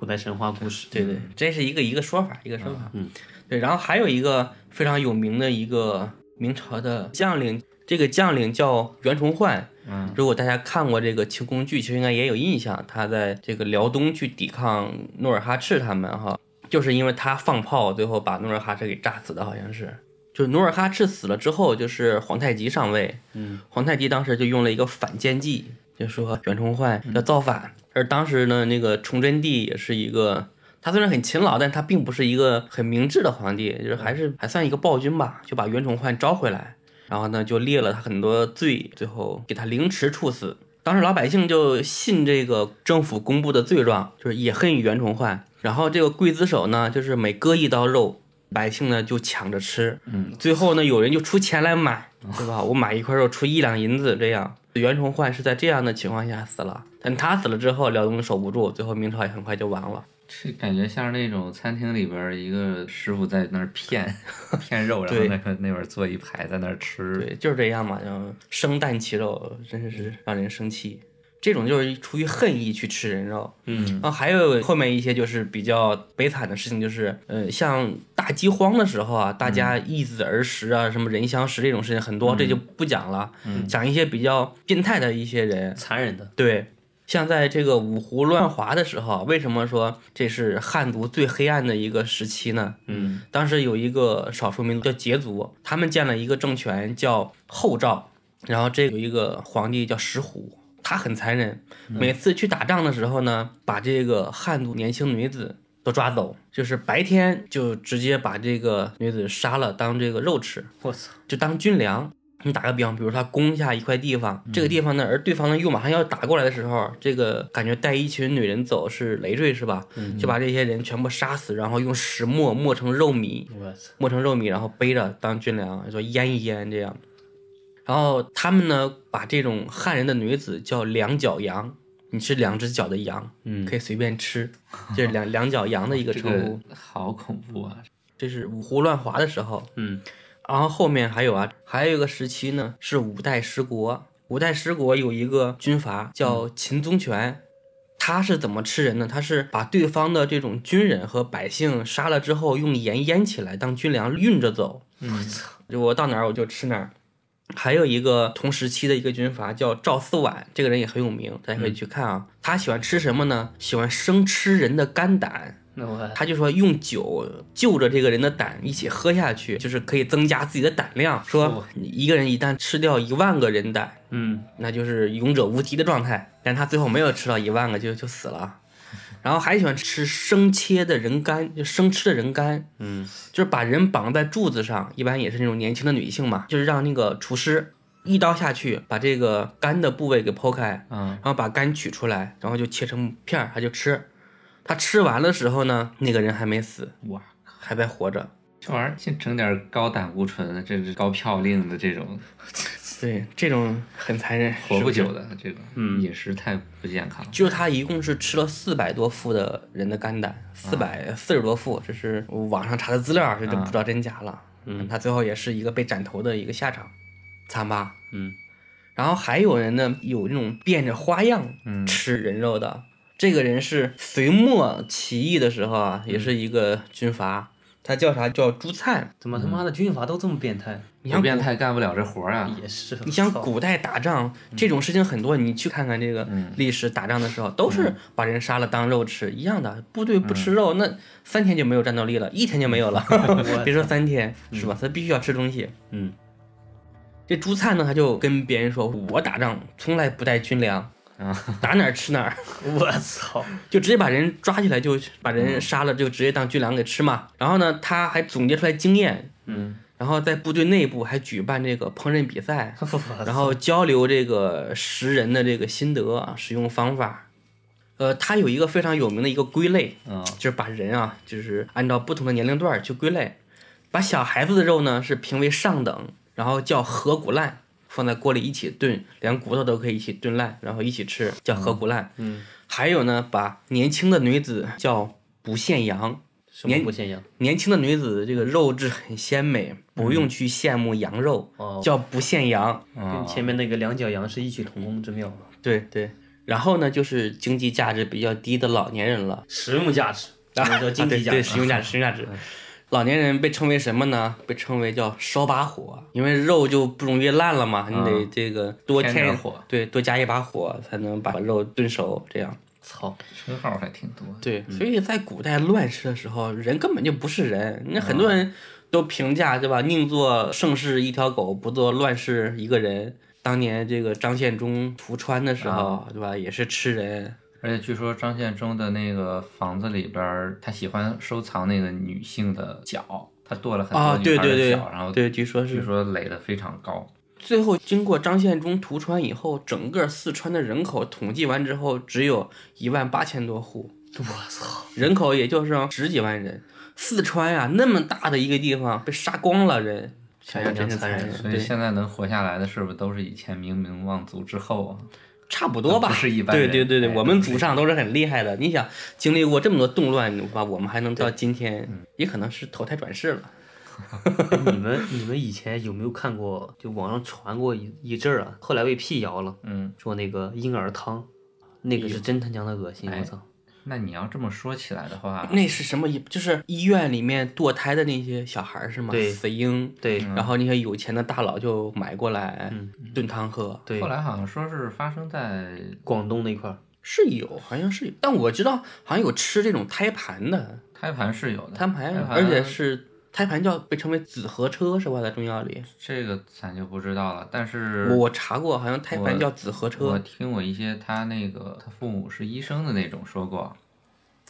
Speaker 4: 古代神话故事，
Speaker 3: 对对，这是一个一个说法，一个说法。
Speaker 4: 嗯，
Speaker 3: 对，然后还有一个非常有名的一个明朝的将领，这个将领叫袁崇焕。
Speaker 2: 嗯
Speaker 3: 如果大家看过这个清宫剧，其实应该也有印象，他在这个辽东去抵抗努尔哈赤他们哈，就是因为他放炮，最后把努尔哈赤给炸死的，好像是。就是努尔哈赤死了之后，就是皇太极上位，
Speaker 4: 嗯，
Speaker 3: 皇太极当时就用了一个反间计，就说袁崇焕
Speaker 4: 嗯
Speaker 3: 要造反。而当时呢，那个崇祯帝也是一个，他虽然很勤劳，但他并不是一个很明智的皇帝，就是还是还算一个暴君吧，就把袁崇焕招回来，然后呢就列了他很多罪，最后给他凌迟处死。当时老百姓就信这个政府公布的罪状，就是也恨袁崇焕。然后这个刽子手呢，就是每割一刀肉，百姓呢就抢着吃，
Speaker 2: 嗯，
Speaker 3: 最后呢有人就出钱来买，对吧？我买一块肉出一两银子，这样袁崇焕是在这样的情况下死了。但他死了之后，辽东守不住，最后明朝也很快就亡了。
Speaker 2: 这感觉像是那种餐厅里边儿一个师傅在那儿骗 骗肉，然后
Speaker 3: 对
Speaker 2: 那个那边儿坐一排在那儿吃，
Speaker 3: 对，就是这样嘛，就生啖其肉，真是让人生气。这种就是出于恨意去吃人肉，
Speaker 2: 嗯
Speaker 3: 然后还有后面一些就是比较悲惨的事情，就是呃，像大饥荒的时候啊，大家易子而食啊，什么人相食这种事情很多，这就不讲了，讲一些比较变态的一些人，
Speaker 4: 残忍的，
Speaker 3: 对，像在这个五胡乱华的时候，啊为什么说这是汉族最黑暗的一个时期呢？
Speaker 4: 嗯，
Speaker 3: 当时有一个少数民族叫羯族，他们建了一个政权叫后赵，然后这有一个皇帝叫石虎，他很残忍，每次去打仗的时候呢，把这个汉族年轻女子。都抓走，就是白天就直接把这个女子杀了当这个肉吃，
Speaker 4: 我操，
Speaker 3: 就当军粮。你打个比方，比如他攻下一块地方，
Speaker 2: 嗯
Speaker 3: 这个地方呢，而对方呢又马上要打过来的时候，这个感觉带一群女人走是累赘是吧？
Speaker 2: 嗯
Speaker 3: 就把这些人全部杀死，然后用石磨磨成肉糜，
Speaker 4: 我操，
Speaker 3: 磨成肉糜，然后背着当军粮，说腌一腌这样。然后他们呢，把这种汉人的女子叫两脚羊，你是两只脚的羊，
Speaker 4: 嗯
Speaker 3: 可以随便吃，这是两两脚羊的一个
Speaker 2: 哦这
Speaker 3: 称
Speaker 2: 个
Speaker 3: 呼。
Speaker 2: 好恐怖啊！
Speaker 3: 这是五胡乱华的时候，
Speaker 4: 嗯，
Speaker 3: 然后后面还有啊，还有一个时期呢是五代十国。五代十国有一个军阀叫秦宗权，他是怎么吃人呢？他是把对方的这种军人和百姓杀了之后，用盐腌起来当军粮运着走。
Speaker 2: 嗯
Speaker 3: 就我到哪儿我就吃哪儿。还有一个同时期的一个军阀叫赵思婉，这个人也很有名，大家可以去看啊。他喜欢吃什么呢？喜欢生吃人的肝胆。
Speaker 4: 那我
Speaker 3: 他就说用酒就着这个人的胆一起喝下去，就是可以增加自己的胆量。说
Speaker 4: 哇
Speaker 3: 一个人一旦吃掉一万个人胆，
Speaker 4: 嗯，
Speaker 3: 那就是勇者无敌的状态。但他最后没有吃到一万个就就死了。然后还喜欢吃生切的人肝，就生吃的人肝，
Speaker 4: 嗯，
Speaker 3: 就是把人绑在柱子上，一般也是那种年轻的女性嘛，就是让那个厨师一刀下去把这个肝的部位给剖开，
Speaker 2: 啊
Speaker 3: 然后把肝取出来，然后就切成片儿，他就吃。他吃完的时候呢，那个人还没死，
Speaker 2: 哇，
Speaker 3: 还在活着。
Speaker 2: 这玩意儿先整点儿高胆固醇，这是高嘌呤的这种，
Speaker 3: 对，这种很残忍，
Speaker 2: 活不
Speaker 3: 是是
Speaker 2: 久。的这个
Speaker 4: 嗯
Speaker 2: 饮食太不健康了。
Speaker 3: 就是他一共是吃了四百多副的人的肝胆，四百四十多副，这是网上查的资料，这就不知道真假了。嗯，他最后也是一个被斩头的一个下场，惨吧？
Speaker 4: 嗯。
Speaker 3: 然后还有人呢，有那种变着花样
Speaker 2: 嗯
Speaker 3: 吃人肉的。这个人是隋末起义的时候啊，也是一个军阀，他叫啥？叫朱灿。
Speaker 4: 怎么他妈的军阀都这么变态？
Speaker 3: 你
Speaker 2: 不
Speaker 3: 像
Speaker 2: 变
Speaker 3: 古，
Speaker 2: 态干不了这活儿啊！
Speaker 4: 也是，
Speaker 3: 嗯你像
Speaker 4: 我操
Speaker 3: 古代打仗这种事情很多，你去看看这个历史，打仗的时候都是把人杀了当肉吃一样的。部队不吃肉，那三天就没有战斗力了，一天就没有了，别说三天是吧？他必须要吃东西。
Speaker 4: 嗯，
Speaker 3: 这朱灿呢，他就跟别人说：“我打仗从来不带军粮，
Speaker 2: 啊，
Speaker 3: 打哪儿吃哪儿。”
Speaker 4: 我操，
Speaker 3: 就直接把人抓起来，就把人杀了，就直接当军粮给吃嘛。然后呢，他还总结出来经验，
Speaker 2: 嗯，
Speaker 3: 然后在部队内部还举办这个烹饪比赛， 然后交流这个食人的这个心得啊，使用方法。呃，他有一个非常有名的一个归类，
Speaker 2: 啊，
Speaker 3: 就是把人啊，就是按照不同的年龄段儿去归类，把小孩子的肉呢是评为上等，然后叫合骨烂，放在锅里一起炖，连骨头都可以一起炖烂，然后一起吃，叫合骨烂。
Speaker 4: 嗯，
Speaker 3: 还有呢，把年轻的女子叫不限羊，
Speaker 4: 什么
Speaker 3: 年
Speaker 4: 不现象？
Speaker 3: 年轻的女子这个肉质很鲜美，不用去羡慕羊肉，
Speaker 4: 嗯哦
Speaker 3: 叫不羡羊。
Speaker 2: 啊
Speaker 4: 跟前面那个两脚羊是异曲同工之妙嘛，
Speaker 3: 对对。然后呢，就是经济价值比较低的老年人了，
Speaker 4: 实用价值，我们叫经济
Speaker 3: 啊
Speaker 4: 价
Speaker 3: 对对，
Speaker 4: 值
Speaker 3: 使。用价值，使用价值。老年人被称为什么呢？被称为叫烧把火，因为肉就不容易烂了嘛，你得这个多
Speaker 2: 添
Speaker 3: 添
Speaker 2: 点火
Speaker 3: 对，多加一把火才能把肉炖熟，这样。
Speaker 4: 操，
Speaker 2: 称号还挺多。
Speaker 3: 对，所以在古代乱世的时候，人根本就不是人。那很多人都评价，对吧？宁做盛世一条狗，不做乱世一个人。当年这个张献忠屠川的时候，对吧？也是吃人。
Speaker 2: 而且据说张献忠的那个房子里边儿，他喜欢收藏那个女性的脚，他剁了很
Speaker 3: 啊，
Speaker 2: 多
Speaker 3: 对
Speaker 2: 女孩
Speaker 3: 对
Speaker 2: 的
Speaker 3: 对
Speaker 2: 脚，然后，
Speaker 3: 对，据说
Speaker 2: 据
Speaker 3: 是
Speaker 2: 说垒得非常高。
Speaker 3: 最后经过张献忠屠川以后，整个四川的人口统计完之后，只有一万八千多户，
Speaker 4: 我操，
Speaker 3: 人口也就剩十几万人。四川呀、那么大的一个地方被杀光了人，想想真是残忍。
Speaker 2: 所以
Speaker 3: 对
Speaker 2: 现在能活下来的，是不是都是以前名门望族之后啊？
Speaker 3: 差不多吧，
Speaker 2: 不是一般人
Speaker 3: 对对对
Speaker 2: 哎
Speaker 3: 对，我们祖上都是很厉害的。你想，经历过这么多动乱，对吧？我们还能到今天，
Speaker 2: 嗯
Speaker 3: 也可能是投胎转世了。
Speaker 4: 哎你们你们以前有没有看过？就网上传过一一阵儿啊，后来被辟谣了，
Speaker 2: 嗯，
Speaker 4: 说那个婴儿汤，那个是真他娘的恶心，
Speaker 2: 哎
Speaker 4: 我操！
Speaker 2: 那你要这么说起来的话，
Speaker 3: 那是什么？就是医院里面堕胎的那些小孩儿是吗？
Speaker 4: 对
Speaker 3: 死婴。
Speaker 4: 对
Speaker 2: 嗯
Speaker 3: 然后那些有钱的大佬就买过来
Speaker 4: 嗯
Speaker 3: 炖汤喝，
Speaker 4: 对
Speaker 2: 后，来好像说是发生在
Speaker 4: 广东那块儿，
Speaker 3: 是有，好像是有，但我知道好像有吃这种胎盘的，
Speaker 2: 胎盘是有的，
Speaker 3: 胎盘，
Speaker 2: 胎
Speaker 3: 而且是胎盘叫被称为紫河车是吧？在中药里，
Speaker 2: 这个咱就不知道了。但是
Speaker 3: 我查过，好像胎盘
Speaker 2: 我
Speaker 3: 叫紫河车
Speaker 2: 我。听我一些他那个他父母是医生的那种说过，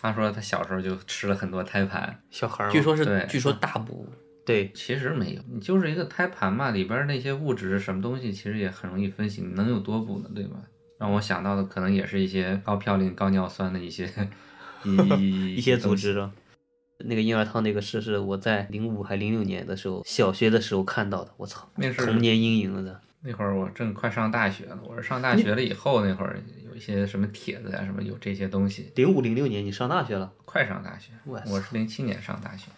Speaker 2: 他说他小时候就吃了很多胎盘，
Speaker 4: 小孩儿嘛，
Speaker 3: 据说是
Speaker 2: 对，
Speaker 3: 据说大补，
Speaker 4: 对，
Speaker 2: 其实没有，你就是一个胎盘嘛，里边那些物质什么东西，其实也很容易分析，你能有多补呢，对吧？让我想到的可能也是一些高嘌呤、高尿酸的一 些一
Speaker 4: 一些组
Speaker 2: 东西
Speaker 4: 织啊。那个婴儿汤那个事是我在零五还零六年的时候，小学的时候看到的，我操，
Speaker 2: 那是
Speaker 4: 童年阴影了的。
Speaker 2: 那会儿我正快上大学了，我是上大学了以后，那会儿有一些什么帖子啊，什么有这些东西。
Speaker 4: 零五零六年你上大学了，
Speaker 2: 快上大学，
Speaker 4: 我操
Speaker 2: 我是零七年上大学，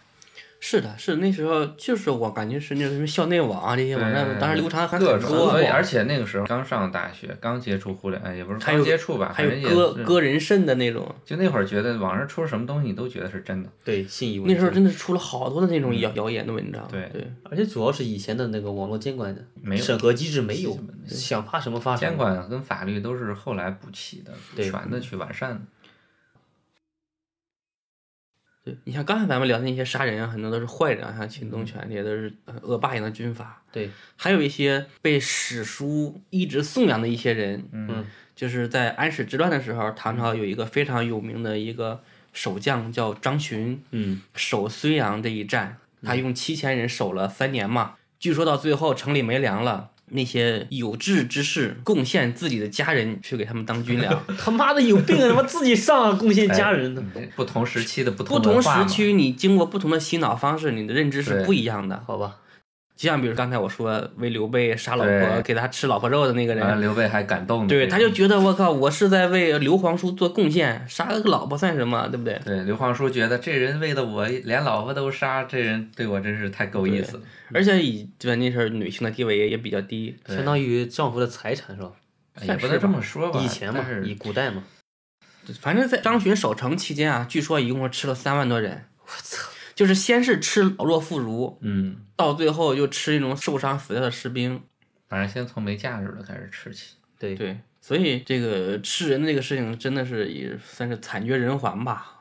Speaker 3: 是的，是那时候就是我感觉是那种什么校内网啊这些网站，当时流传还很
Speaker 2: 嗯各
Speaker 3: 多，
Speaker 2: 种，所以而且那个时候刚上大学，刚接触互联，哎也不是
Speaker 3: 还
Speaker 2: 刚
Speaker 3: 有
Speaker 2: 接触吧，
Speaker 3: 还
Speaker 2: 反正
Speaker 3: 有
Speaker 2: 也
Speaker 3: 割
Speaker 2: 是
Speaker 3: 割人肾的那种，
Speaker 2: 就那会儿觉得网上出什么东西，你都觉得是真的。
Speaker 4: 对，信以为
Speaker 3: 那
Speaker 4: 真。
Speaker 3: 时候真的是出了好多的那种谣谣言的文章。
Speaker 2: 嗯对
Speaker 3: 对，
Speaker 4: 而且主要是以前的那个网络监管的
Speaker 2: 没有
Speaker 4: 审核机制没有
Speaker 2: 基本没，有
Speaker 4: 想发什么发什么。
Speaker 2: 监管跟法律都是后来补齐的、补
Speaker 4: 对
Speaker 2: 全的去完善的。
Speaker 3: 对，你像刚才咱们聊的那些杀人啊，很多都是坏人啊，像秦
Speaker 2: 嗯
Speaker 3: 东权这些都是呃恶霸一样的军阀，
Speaker 4: 对，
Speaker 3: 还有一些被史书一直颂扬的一些人，
Speaker 4: 嗯，
Speaker 3: 就是在安史之乱的时候，唐朝有一个非常有名的一个守将叫张巡，
Speaker 4: 嗯，
Speaker 3: 守睢阳这一战，他
Speaker 2: 嗯
Speaker 3: 用七千人守了三年嘛。据说到最后城里没粮了，那些有志之士贡献自己的家人去给他们当军 粮。
Speaker 4: 他妈的有病啊！他妈自己上啊，贡献家人的。
Speaker 2: 嗯不同时期的不同
Speaker 3: 不同
Speaker 2: 文
Speaker 3: 时
Speaker 2: 化嘛
Speaker 3: 区，你经过不同的洗脑方式，你的认知是
Speaker 2: 对
Speaker 3: 不一样的。
Speaker 4: 好吧，
Speaker 3: 就像比如刚才我说为刘备杀老婆
Speaker 2: 对
Speaker 3: 给他吃老婆肉的那个人，
Speaker 2: 完了刘备还感动呢。
Speaker 3: 嗯对，
Speaker 2: 这
Speaker 3: 他
Speaker 2: 个
Speaker 3: 就觉得我靠，我是在为刘皇叔做贡献，杀个老婆算什么，对不对？
Speaker 2: 对刘皇叔觉得这人为了我连老婆都杀，这人对我真是太够意思了。
Speaker 3: 而且以基本那时候女性的地位也也比较低，
Speaker 2: 对
Speaker 4: 相当于丈夫的财产是吧？
Speaker 2: 哎也
Speaker 3: 算
Speaker 2: 不
Speaker 3: 是
Speaker 2: 能这
Speaker 3: 吧
Speaker 2: 么说吧，
Speaker 4: 以前嘛
Speaker 2: 但，是
Speaker 4: 以古代嘛，
Speaker 3: 反正在张巡守城期间啊，据说一共吃了三万多人。我操！就是先是吃老弱妇孺，
Speaker 2: 嗯，
Speaker 3: 到最后又吃那种受伤死掉的士兵。
Speaker 2: 反正先从没价值的开始吃起。
Speaker 4: 对，
Speaker 3: 对，所以这个吃人的这个事情真的是也算是惨绝人寰吧。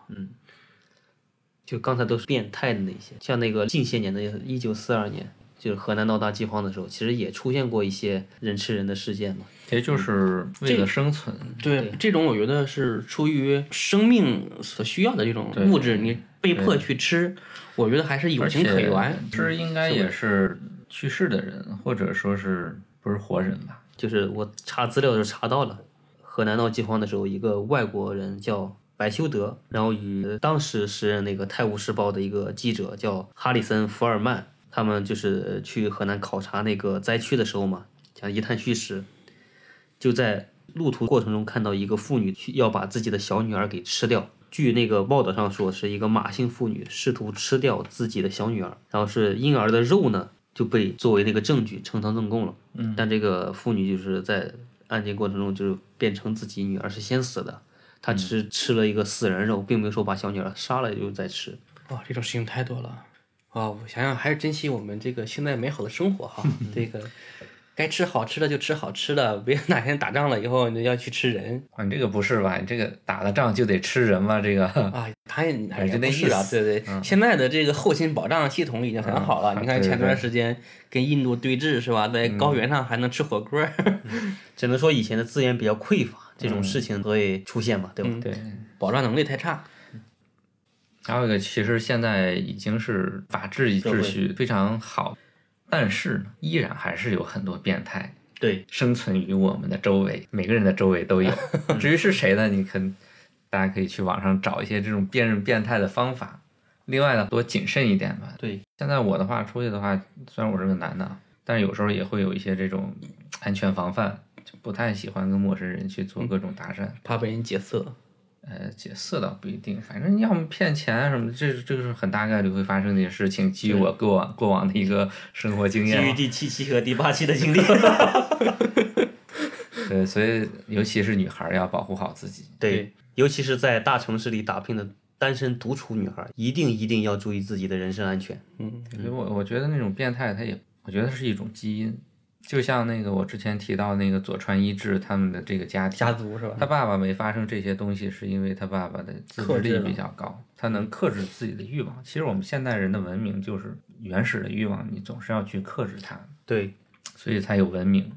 Speaker 4: 就刚才都是变态的那些，像那个近些年的，一九四二年，就是河南闹大饥荒的时候，其实也出现过一些人吃人的事件嘛。
Speaker 2: 也就是为了生存，
Speaker 3: 对，这种我觉得是出于生命所需要的这种物质，你被迫去吃，我觉得还是有
Speaker 2: 而
Speaker 3: 情
Speaker 2: 且
Speaker 3: 可原。
Speaker 2: 吃应该也是去世的人，或者说是不是活人吧？
Speaker 4: 就是我查资料的时候查到了，河南闹饥荒的时候，一个外国人叫白修德，然后与当时时任那个《泰晤士报》的一个记者叫哈里森·福尔曼，他们就是去河南考察那个灾区的时候嘛，想一探虚实，就在路途过程中看到一个妇女去要把自己的小女儿给吃掉，据那个报道上说，是一个马姓妇女试图吃掉自己的小女儿，然后是婴儿的肉呢就被作为那个证据呈堂证供了。嗯，但这个妇女就是在案件过程中就是辩称自己女儿是先死的，她只是吃了一个死人肉，并没有说把小女儿杀了就再吃。
Speaker 3: 哇，这种事情太多了。哇，我想想还是珍惜我们这个现在美好的生活 哈。这个该吃好吃的就吃好吃的，别哪天打仗了以后你就要去吃人
Speaker 2: 啊，你这个不是吧？你这个打了仗就得吃人吗？这个
Speaker 3: 啊。他也
Speaker 2: 哎
Speaker 3: 也
Speaker 2: 就
Speaker 3: 不
Speaker 2: 那
Speaker 3: 是
Speaker 2: 意
Speaker 3: 啊，
Speaker 2: 思
Speaker 3: 对对。现在的这个后勤保障系统已经很好了。
Speaker 2: 嗯
Speaker 3: 你看
Speaker 2: 对对嗯
Speaker 3: 前段
Speaker 2: 对
Speaker 3: 时间跟印度对峙是吧，在高原上还能吃火锅儿，
Speaker 4: 只能说以前的资源比较匮乏，这种事情会出现嘛，对吧？
Speaker 2: 对。
Speaker 3: 保障能力太差。
Speaker 2: 还有一个，其实现在已经是法治秩序非常好，但是呢，依然还是有很多变态
Speaker 4: 对，
Speaker 2: 生存于我们的周围，每个人的周围都有。至于是谁呢？你可大家可以去网上找一些这种辨认变态的方法。另外呢，多谨慎一点吧。
Speaker 4: 对，
Speaker 2: 现在我的话，出去的话，虽然我是个男的啊，但是有时候也会有一些这种安全防范，就不太喜欢跟陌生人去做各种搭讪。
Speaker 3: 怕被人劫色。
Speaker 2: 呃，解色倒不一定，反正要么骗钱啊什么的，这是这个是很大概率会发生的一些事情。基于我过往过往的一个生活经
Speaker 4: 基于
Speaker 2: 验，
Speaker 4: 第七期和第八期的经历，
Speaker 2: 对，所以尤其是女孩儿要保护好自己。
Speaker 4: 对，尤其是在大城市里打拼的单身独处女孩，一定一定要注意自己的人身安全。
Speaker 2: 所以我我觉得那种变态，他也我觉得是一种基因，就像那个我之前提到那个佐川一志他们的这个家庭，
Speaker 3: 家族是吧？
Speaker 2: 他爸爸没发生这些东西，是因为他爸爸的自制
Speaker 3: 克制
Speaker 2: 力
Speaker 3: 了
Speaker 2: 比较高，他能克制自己的欲望。其实我们现代人的文明就是原始的欲望，你总是要去克制它，
Speaker 4: 对，
Speaker 2: 所以才有文明。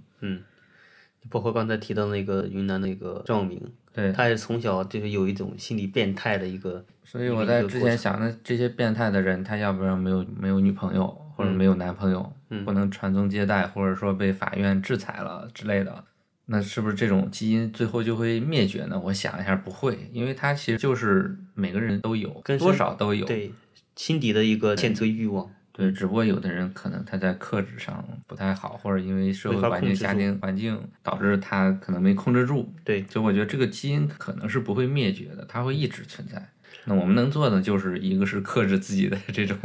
Speaker 4: 包括刚才提到那个云南那个赵明，
Speaker 2: 对，
Speaker 4: 他也从小就是有一种心理变态的一个，
Speaker 2: 所以我在之前想，那这些变态的人，他要不然没有没有女朋友，或
Speaker 4: 嗯
Speaker 2: 者没有男朋友，不能传宗接代，或者说被法院制裁了之类的，那是不是这种基因最后就会灭绝呢？我想一下，不会，因为它其实就是每个人都有，
Speaker 4: 根深
Speaker 2: 多少都有。
Speaker 4: 对心底的一个欠缺欲望。
Speaker 2: 对，只不过有的人可能他在克制上不太好，或者因为社会
Speaker 4: 没法
Speaker 2: 环
Speaker 4: 控
Speaker 2: 境、
Speaker 4: 制住
Speaker 2: 家庭环境导致他可能没控制住。
Speaker 4: 对
Speaker 2: 所以我觉得这个基因可能是不会灭绝的，它会一直存在。那我们能做的就是一个是克制自己的这 种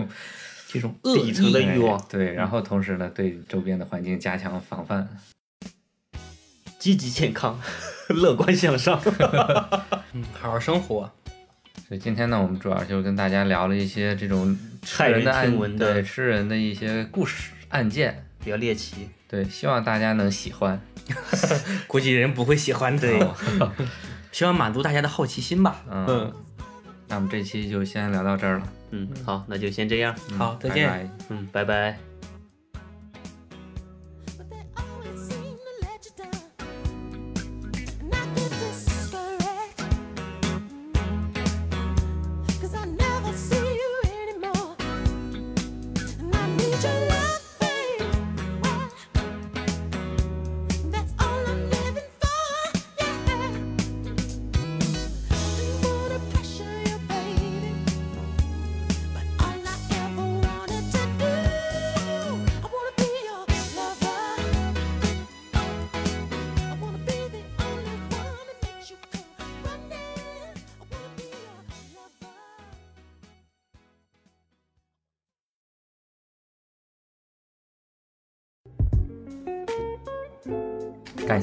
Speaker 3: 这种恶
Speaker 4: 底层的
Speaker 3: 意
Speaker 4: 欲望
Speaker 2: 对，然后同时呢，对周边的环境加强防范。
Speaker 4: 积极健康， 乐观向上。
Speaker 3: 嗯好好生活。
Speaker 2: 所以今天呢，我们主要就跟大家聊了一些这种吃
Speaker 4: 骇人
Speaker 2: 的案
Speaker 4: 听闻的
Speaker 2: 对吃人的一些故事案件。
Speaker 4: 比较猎奇，
Speaker 2: 对，希望大家能喜欢。
Speaker 3: 估计人不会喜欢的。
Speaker 4: 好
Speaker 3: 希望满足大家的好奇心吧。
Speaker 2: 嗯，那我们这期就先聊到这儿了。
Speaker 4: 嗯，好，那就先这样，
Speaker 2: 嗯
Speaker 3: 好再见
Speaker 2: 拜拜
Speaker 4: 嗯，拜拜。
Speaker 1: but they always seem to let you down. And I get discouraged. Cause I never see you anymore. And I need your love, babe. Well, That's all I'm living for, yeah. Didn't wanna pressure you, baby. But all I ever wanted to do, I wanna be your lover. I wanna be the only one that makes you come running. I wanna be your lover.
Speaker 2: 感